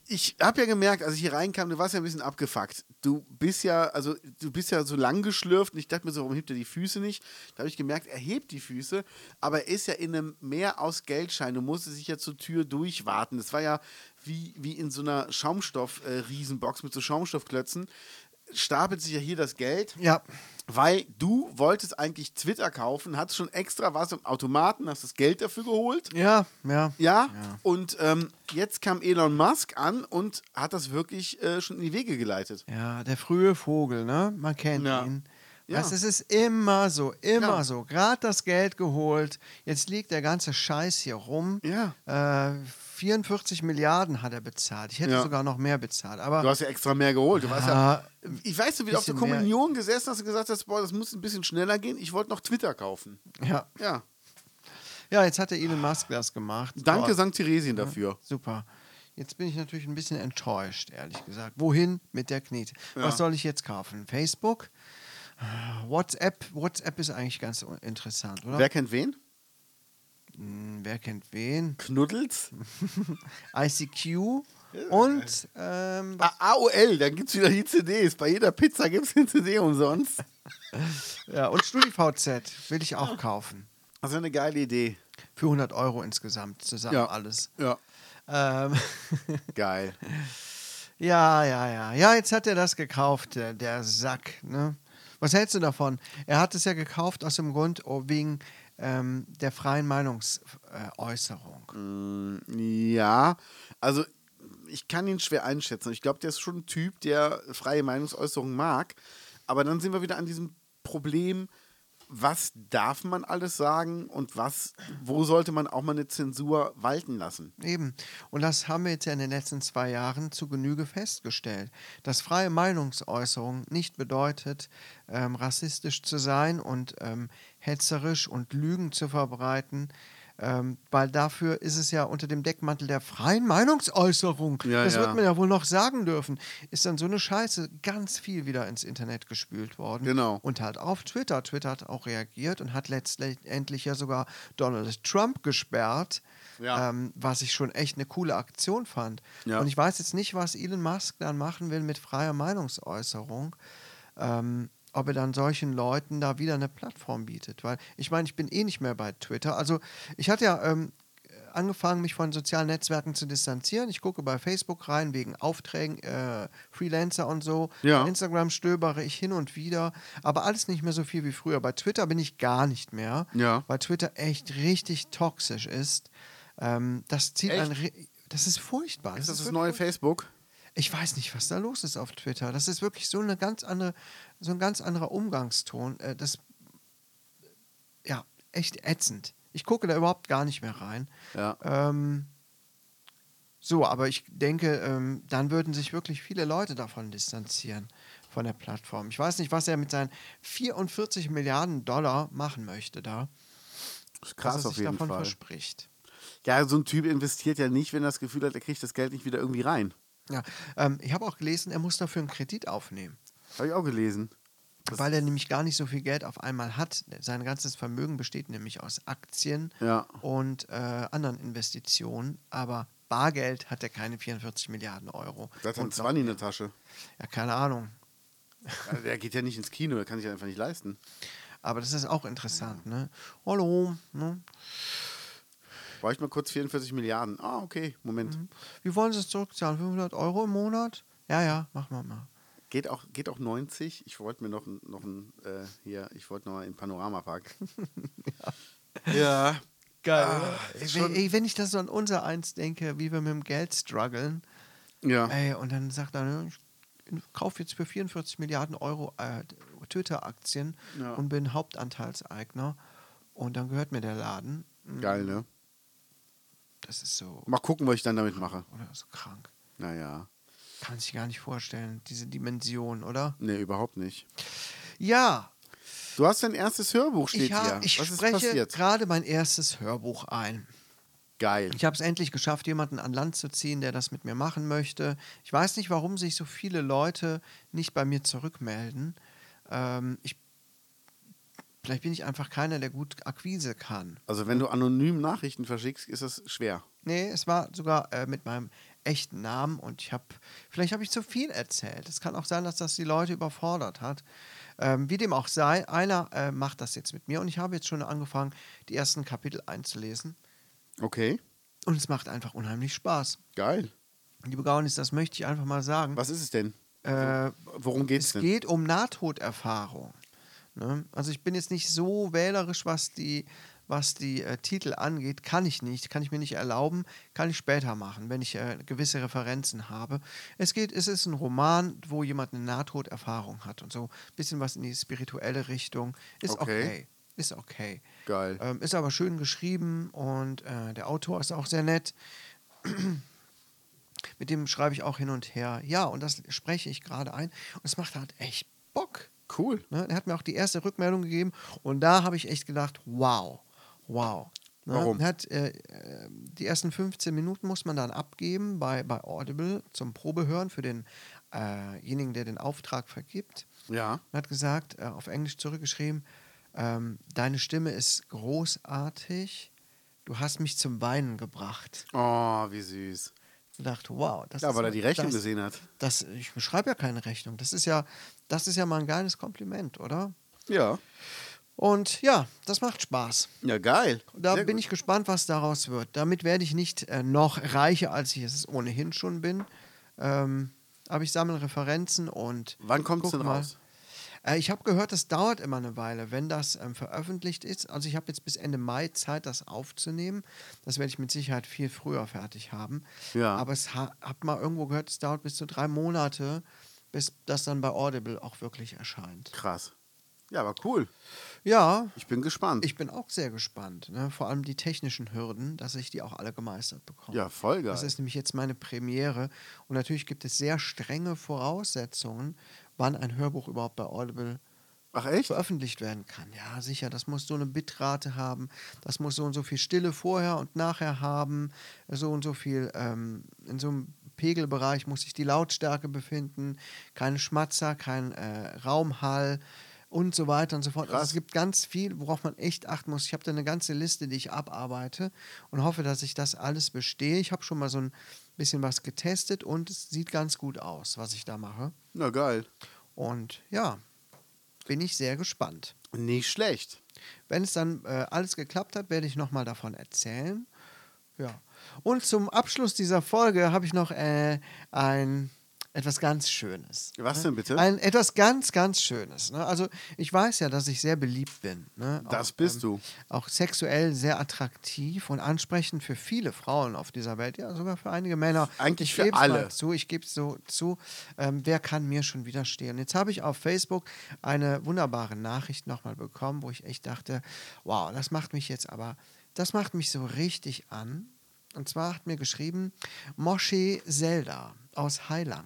ich habe ja gemerkt, als ich hier reinkam, du warst ja ein bisschen abgefuckt. Du bist ja, also du bist ja so lang geschlürft und ich dachte mir so, warum hebt er die Füße nicht? Da habe ich gemerkt, er hebt die Füße, aber er ist ja in einem Meer aus Geldscheinen und musste sich ja zur Tür durchwarten. Das war ja wie, wie in so einer Schaumstoff-Riesenbox mit so Schaumstoffklötzen. Stapelt sich ja hier das Geld.
Ja.
Weil du wolltest eigentlich Twitter kaufen, hast schon extra was im Automaten, hast das Geld dafür geholt.
Ja, ja.
Ja, und ähm, jetzt kam Elon Musk an und hat das wirklich äh, schon in die Wege geleitet.
Ja, der frühe Vogel, ne? Man kennt
Ja.
ihn.
Ja.
Das ist es immer so, immer
Ja.
so. Gerade das Geld geholt, jetzt liegt der ganze Scheiß hier rum.
Ja.
Äh, 44 Milliarden hat er bezahlt. Ich hätte
Ja.
sogar noch mehr bezahlt. Aber
Du hast ja extra mehr geholt. Du warst ja, ich weiß, du wie du auf der
bisschen mehr.
Kommunion gesessen hast und gesagt hast, boah, das muss ein bisschen schneller gehen. Ich wollte noch Twitter kaufen.
ja.
Ja,
ja, jetzt hat der Elon Musk das gemacht.
danke
Boah.
St. Theresien dafür.
Super. Jetzt bin ich natürlich ein bisschen enttäuscht, ehrlich gesagt. Wohin mit der Knete? Was soll ich jetzt kaufen? Facebook? Ah, WhatsApp? WhatsApp ist eigentlich ganz un- interessant, oder?
Wer kennt wen?
Hm, wer kennt wen?
Knuddels?
ICQ und ähm,
Ah, AOL, da gibt es wieder die CDs. Bei jeder Pizza gibt es eine CD umsonst.
ja, und StudiVZ will ich auch kaufen.
Das ist eine geile Idee.
Für 100 Euro insgesamt zusammen
Ja.
alles.
Ja.
Ähm,
Geil.
ja, ja, ja. Ja, jetzt hat er das gekauft, der, der Sack. Ne? Was hältst du davon? Er hat es ja gekauft aus dem Grund oh, wegen ähm, der freien Meinungsäußerung.
Ja, also ich kann ihn schwer einschätzen. Ich glaube, der ist schon ein Typ, der freie Meinungsäußerung mag. Aber dann sind wir wieder an diesem Problem, was darf man alles sagen und was, wo sollte man auch mal eine Zensur walten lassen?
Eben. Und das haben wir jetzt ja in den letzten zwei Jahren zu Genüge festgestellt, dass freie Meinungsäußerung nicht bedeutet, ähm, rassistisch zu sein und ähm, hetzerisch und Lügen zu verbreiten, ähm, weil dafür ist es ja unter dem Deckmantel der freien Meinungsäußerung,
Ja,
das
ja.
wird man ja wohl noch sagen dürfen, ist dann so eine Scheiße ganz viel wieder ins Internet gespült worden.
Genau.
Und halt auf Twitter. Twitter hat auch reagiert und hat letztendlich ja sogar Donald Trump gesperrt.
Ja.
Ähm, was ich schon echt eine coole Aktion fand.
Ja.
Und ich weiß jetzt nicht, was Elon Musk dann machen will mit freier Meinungsäußerung. Ähm, ob er dann solchen Leuten da wieder eine Plattform bietet. Weil ich meine, ich bin eh nicht mehr bei Twitter. Also ich hatte ja ähm, angefangen, mich von sozialen Netzwerken zu distanzieren. Ich gucke bei Facebook rein wegen Aufträgen, äh, Freelancer und so.
Ja.
Bei Instagram stöbere ich hin und wieder, aber alles nicht mehr so viel wie früher. Bei Twitter bin ich gar nicht mehr,
Ja.
weil Twitter echt richtig toxisch ist. Ähm, das zieht
Echt?
ein. Re das ist furchtbar.
Ist das das
wirklich
neue Facebook?
ich weiß nicht, was da los ist auf Twitter. Das ist wirklich so eine ganz andere, so ein ganz anderer Umgangston. Äh, Das ja echt ätzend. Ich gucke da überhaupt gar nicht mehr rein.
Ja.
Ähm, so, aber ich denke, ähm, dann würden sich wirklich viele Leute davon distanzieren von der Plattform. Ich weiß nicht, was er mit seinen 44 Milliarden Dollar machen möchte da,
Ist
was er sich davon verspricht.
Ja, so ein Typ investiert ja nicht, wenn er das Gefühl hat, er kriegt das Geld nicht wieder irgendwie rein.
Ja, ähm, ich habe auch gelesen, er muss dafür einen Kredit aufnehmen.
Habe ich auch gelesen.
Weil er nämlich gar nicht so viel Geld auf einmal hat. Sein ganzes Vermögen besteht nämlich aus Aktien
Ja.
und äh, anderen Investitionen, aber Bargeld hat er keine 44 Milliarden Euro.
Das hat ein
und noch-
Zwanni in der Tasche.
ja, keine Ahnung.
Also, der geht ja nicht ins Kino, der kann sich einfach nicht leisten.
Aber das ist auch interessant, ne? Hallo, ne?
Brauche ich mal kurz 44 Milliarden. Ah, okay, Moment.
Wie wollen Sie es zurückzahlen? 500 Euro im Monat? Ja, ja, mach mal mal.
Geht, auch, geht auch 90. Ich wollte mir noch, ein- noch ein, äh, hier, ich wollte noch mal in den Panoramapark. ja. ja.
Geil. wenn, ey, wenn ich das so an unser Eins denke, wie wir mit dem Geld strugglen, ey, und dann sagt er, ne, ich kaufe jetzt für 44 Milliarden Euro äh, Twitter-Aktien
Ja.
und bin Hauptanteilseigner und dann gehört mir der Laden.
Geil, ne?
Das ist so,
Mal gucken, was ich dann damit mache.
oder so krank.
Naja.
Kann man sich gar nicht vorstellen, diese Dimension, oder?
Nee, überhaupt nicht.
Ja,
Du hast dein erstes Hörbuch, steht
ich,
hier.
hab, ich
was ist
spreche
passiert?
gerade mein erstes Hörbuch ein.
Geil.
Ich habe es endlich geschafft, jemanden an Land zu ziehen, der das mit mir machen möchte. Ich weiß nicht, warum sich so viele Leute nicht bei mir zurückmelden. Ähm, ich, vielleicht bin ich einfach keiner, der gut Akquise kann.
Also, wenn du anonym Nachrichten verschickst, ist das schwer.
Nee, es war sogar äh, mit meinem echten Namen und ich habe, vielleicht habe ich zu viel erzählt. Es kann auch sein, dass das die Leute überfordert hat. Ähm, wie dem auch sei, einer äh, macht das jetzt mit mir und ich habe jetzt schon angefangen, die ersten Kapitel einzulesen
Okay.
und es macht einfach unheimlich Spaß.
Geil.
Liebe Gaunis, das möchte ich einfach mal sagen.
Was ist es denn?
Äh,
Worum geht's
es
denn?
geht um Nahtoderfahrung. Ne? Also ich bin jetzt nicht so wählerisch, was die, was die äh, Titel angeht. Kann ich nicht, kann ich mir nicht erlauben, kann ich später machen, wenn ich äh, gewisse Referenzen habe. Es geht, es ist ein Roman, wo jemand eine Nahtoderfahrung hat und so ein bisschen was in die spirituelle Richtung. Ist
Okay.
okay. Ist okay.
Geil.
Ähm, ist aber schön geschrieben und äh, der Autor ist auch sehr nett. Mit dem schreibe ich auch hin und her. Ja, und das spreche ich gerade ein. Und es macht halt echt Bock.
Cool.
Ne? Er hat mir auch die erste Rückmeldung gegeben. Und da habe ich echt gedacht, wow, wow. Ne?
Warum?
Er Hat, äh, äh, die ersten 15 Minuten muss man dann abgeben bei, bei Audible zum Probehören für denjenigen, äh jenigen, der den Auftrag vergibt
Ja.
und hat gesagt, äh, auf Englisch zurückgeschrieben, ähm, deine Stimme ist großartig. Du hast mich zum Weinen gebracht.
Oh, wie süß.
Ich dachte, wow, das
Ja,
ist
weil er die Rechnung
das,
gesehen hat.
Das, ich schreibe ja keine Rechnung. Das ist ja, das ist ja mal ein geiles Kompliment, oder?
Ja.
Und ja, das macht Spaß.
Ja, geil.
Da
Sehr
bin
gut.
ich gespannt, was daraus wird. Damit werde ich nicht äh, noch reicher, als ich es ohnehin schon bin. Ähm, aber ich sammle Referenzen und.
Wann kommt's
guck
denn
mal.
raus?
Äh, ich habe gehört, das dauert immer eine Weile, wenn das ähm, veröffentlicht ist. Also ich habe jetzt bis Ende Mai Zeit, das aufzunehmen. Das werde ich mit Sicherheit viel früher fertig haben.
Ja.
Aber es ha habe mal irgendwo gehört, es dauert bis zu drei Monate, bis das dann bei Audible auch wirklich erscheint.
Krass. Ja, aber cool.
Ja,
Ich bin gespannt.
ich bin auch sehr gespannt. Ne? Vor allem die technischen Hürden, dass ich die auch alle gemeistert bekomme.
Ja, voll geil.
Das ist nämlich jetzt meine Premiere. Und natürlich gibt es sehr strenge Voraussetzungen, wann ein Hörbuch überhaupt bei Audible
Ach echt?
veröffentlicht werden kann. Ja, sicher, das muss so eine Bitrate haben, das muss so und so viel Stille vorher und nachher haben, so und so viel, ähm, in so einem Pegelbereich muss sich die Lautstärke befinden, keine Schmatzer, kein äh, Raumhall und so weiter und so fort. Also es gibt ganz viel, worauf man echt achten muss. Ich habe da eine ganze Liste, die ich abarbeite und hoffe, dass ich das alles bestehe. Ich habe schon mal so ein bisschen was getestet und es sieht ganz gut aus, was ich da mache.
Na geil.
Und ja, bin ich sehr gespannt.
Nicht schlecht.
Wenn es dann äh, alles geklappt hat, werde ich nochmal davon erzählen. Ja. Und zum Abschluss dieser Folge habe ich noch äh, ein etwas ganz Schönes. ne?
Was denn bitte?
Ein etwas ganz, ganz Schönes. Ne? Also ich weiß ja, dass ich sehr beliebt bin. Ne?
Das bist du.
Auch sexuell sehr attraktiv und ansprechend für viele Frauen auf dieser Welt. Ja, sogar für einige Männer.
Eigentlich
ich
für
geb's
alle.
Mal zu, ich gebe es so zu. Ähm, wer kann mir schon widerstehen? Jetzt habe ich auf Facebook eine wunderbare Nachricht nochmal bekommen, wo ich echt dachte, wow, das macht mich jetzt aber, das macht mich so richtig an. Und zwar hat mir geschrieben Moshe Zelda aus Heilang.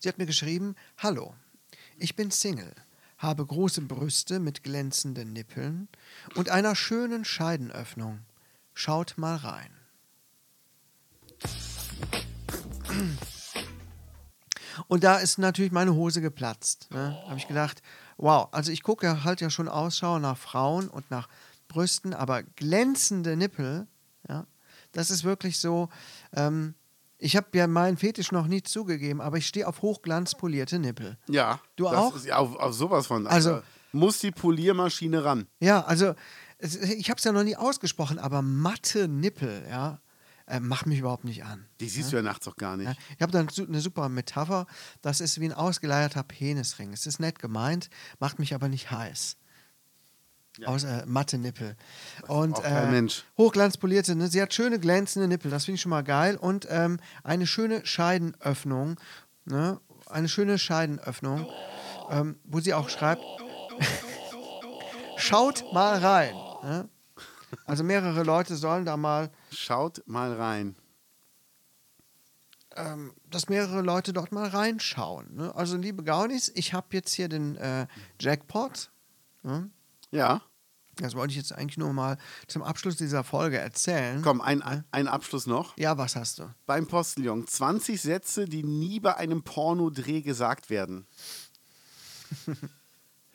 Sie hat mir geschrieben: Hallo, ich bin Single, habe große Brüste mit glänzenden Nippeln und einer schönen Scheidenöffnung. Schaut mal rein. Und da ist natürlich meine Hose geplatzt. Ne? Habe ich gedacht, wow, also ich gucke ja halt ja schon Ausschau nach Frauen und nach Brüsten, aber glänzende Nippel, ja, das ist wirklich so. Ähm, ich habe ja meinen Fetisch noch nie zugegeben, aber ich stehe auf hochglanzpolierte Nippel.
Ja.
Du
das
auch?
Ist, ja, auf, auf sowas von.
Also-
Alter. muss die Poliermaschine ran.
Ja, also es, ich habe es ja noch nie ausgesprochen, aber matte Nippel, ja, äh, macht mich überhaupt nicht an.
Die siehst du ja nachts auch gar nicht.
Ja, ich habe da su- eine super Metapher. Das ist wie ein ausgeleierter Penisring. Es ist nett gemeint, macht mich aber nicht heiß. Außer äh, matte Nippel. Und
braucht kein
äh,
Mensch.
hochglanzpolierte, ne? sie hat schöne glänzende Nippel, das finde ich schon mal geil. Und ähm, eine schöne Scheidenöffnung, ne? eine schöne Scheidenöffnung, ähm, wo sie auch schreibt, schaut mal rein. Ne? Also mehrere Leute sollen da mal
Schaut mal rein.
dass mehrere Leute dort mal reinschauen. Ne? Also, liebe Gaunis, ich habe jetzt hier den äh, Jackpot. Ne?
Ja.
Das wollte ich jetzt eigentlich nur mal zum Abschluss dieser Folge erzählen.
Komm, ein, ein- ein Abschluss noch.
Ja, was hast du?
Beim Postillon 20 Sätze, die nie bei einem Pornodreh gesagt werden.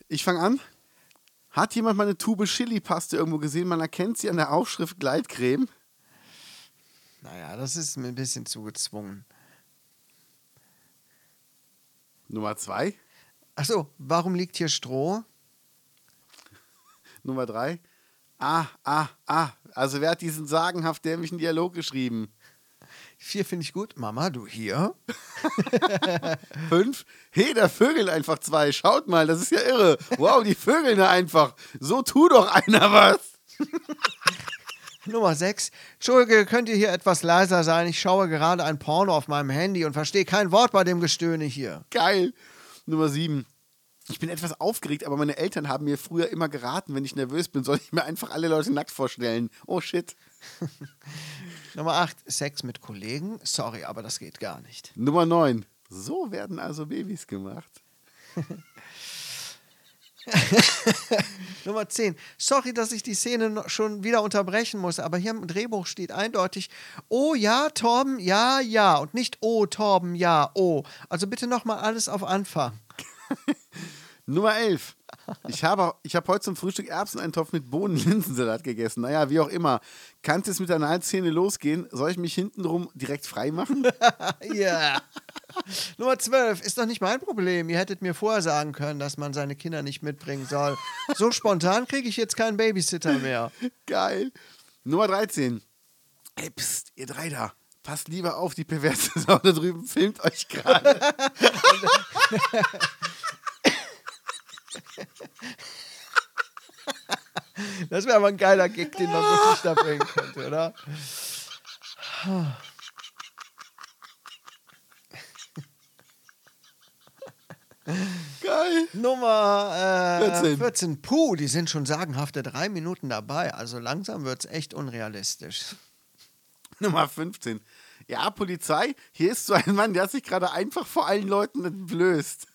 Ich fange an. Hat jemand mal eine Tube Chili-Paste irgendwo gesehen? Man erkennt sie an der Aufschrift Gleitcreme.
Naja, das ist mir ein bisschen zugezwungen.
Nummer zwei.
Achso, Also, warum liegt hier Stroh?
Nummer drei. Ah, ah, ah. Also wer hat diesen sagenhaft dämlichen Dialog geschrieben?
Vier finde ich gut. Mama, du hier?
Fünf. Hey, da vögeln einfach zwei. Schaut mal, das ist ja irre. Wow, die vögeln da einfach. So tu doch einer was.
Nummer 6. Entschuldige, könnt ihr hier etwas leiser sein? Ich schaue gerade ein Porno auf meinem Handy und verstehe kein Wort bei dem Gestöhne hier.
Geil. Nummer sieben. Ich bin etwas aufgeregt, aber meine Eltern haben mir früher immer geraten, wenn ich nervös bin, soll ich mir einfach alle Leute nackt vorstellen. Oh shit.
Nummer 8. Sex mit Kollegen? Sorry, aber das geht gar nicht.
Nummer neun. So werden also Babys gemacht.
Nummer 10. Sorry, dass ich die Szene noch- schon wieder unterbrechen muss, aber hier im Drehbuch steht eindeutig, oh ja, Torben, ja, ja. Und nicht, oh, Torben, ja, oh. Also bitte nochmal alles auf Anfang.
Nummer 11. Ich habe, ich habe heute zum Frühstück Erbseneintopf mit Bohnen-Linsensalat gegessen. Naja, wie auch immer. Kann es mit der Nahlzähne losgehen? Soll ich mich hintenrum direkt frei machen?
Ja. Nummer 12. Ist doch nicht mein Problem. Ihr hättet mir vorher sagen können, dass man seine Kinder nicht mitbringen soll. So spontan kriege ich jetzt keinen Babysitter mehr.
Geil. Nummer 13. Ey, pst, ihr drei da. Passt lieber auf, die perverse Sau da drüben filmt euch gerade.
Das wäre aber ein geiler Gig, den man wirklich da bringen könnte, oder?
Geil.
Nummer äh, 14.
14.
Puh, die sind schon sagenhafte drei Minuten dabei. Also langsam wird es echt unrealistisch.
Nummer 15. Ja, Polizei, hier ist so ein Mann, der hat sich gerade einfach vor allen Leuten entblößt.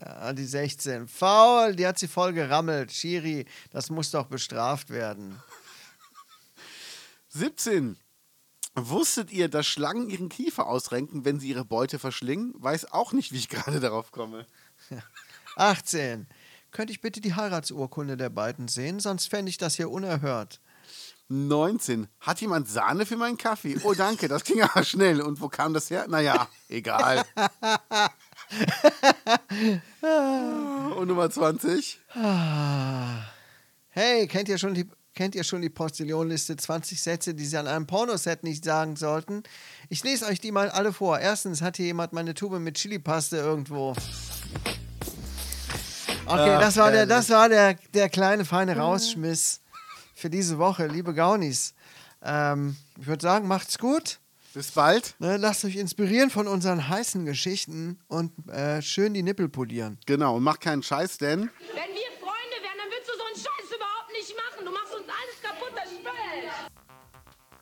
Ja, die 16. Faul, die hat sie voll gerammelt. Schiri, das muss doch bestraft werden.
17. Wusstet ihr, dass Schlangen ihren Kiefer ausrenken, wenn sie ihre Beute verschlingen? Weiß auch nicht, wie ich gerade darauf komme.
18. Könnte ich bitte die Heiratsurkunde der beiden sehen? Sonst fände ich das hier unerhört.
19. Hat jemand Sahne für meinen Kaffee? Oh, danke, das ging aber schnell. Und wo kam das her? Naja, egal. Und Nummer 20.
Hey, kennt ihr schon die, kennt ihr schon die Postillonliste 20 Sätze, die sie an einem Pornoset nicht sagen sollten? Ich lese euch die mal alle vor. Erstens hat hier jemand meine Tube mit Chilipaste irgendwo. Okay, das war, der, das war der, der kleine feine Rausschmiss für diese Woche, liebe Gaunis. Ähm, ich würde sagen, macht's gut.
Bis bald.
Ne, lasst euch inspirieren von unseren heißen Geschichten und äh, schön die Nippel polieren.
Genau, und mach keinen Scheiß, denn
Wenn wir Freunde wären, dann würdest du so einen Scheiß überhaupt nicht machen. Du machst uns alles kaputt, das Spiel.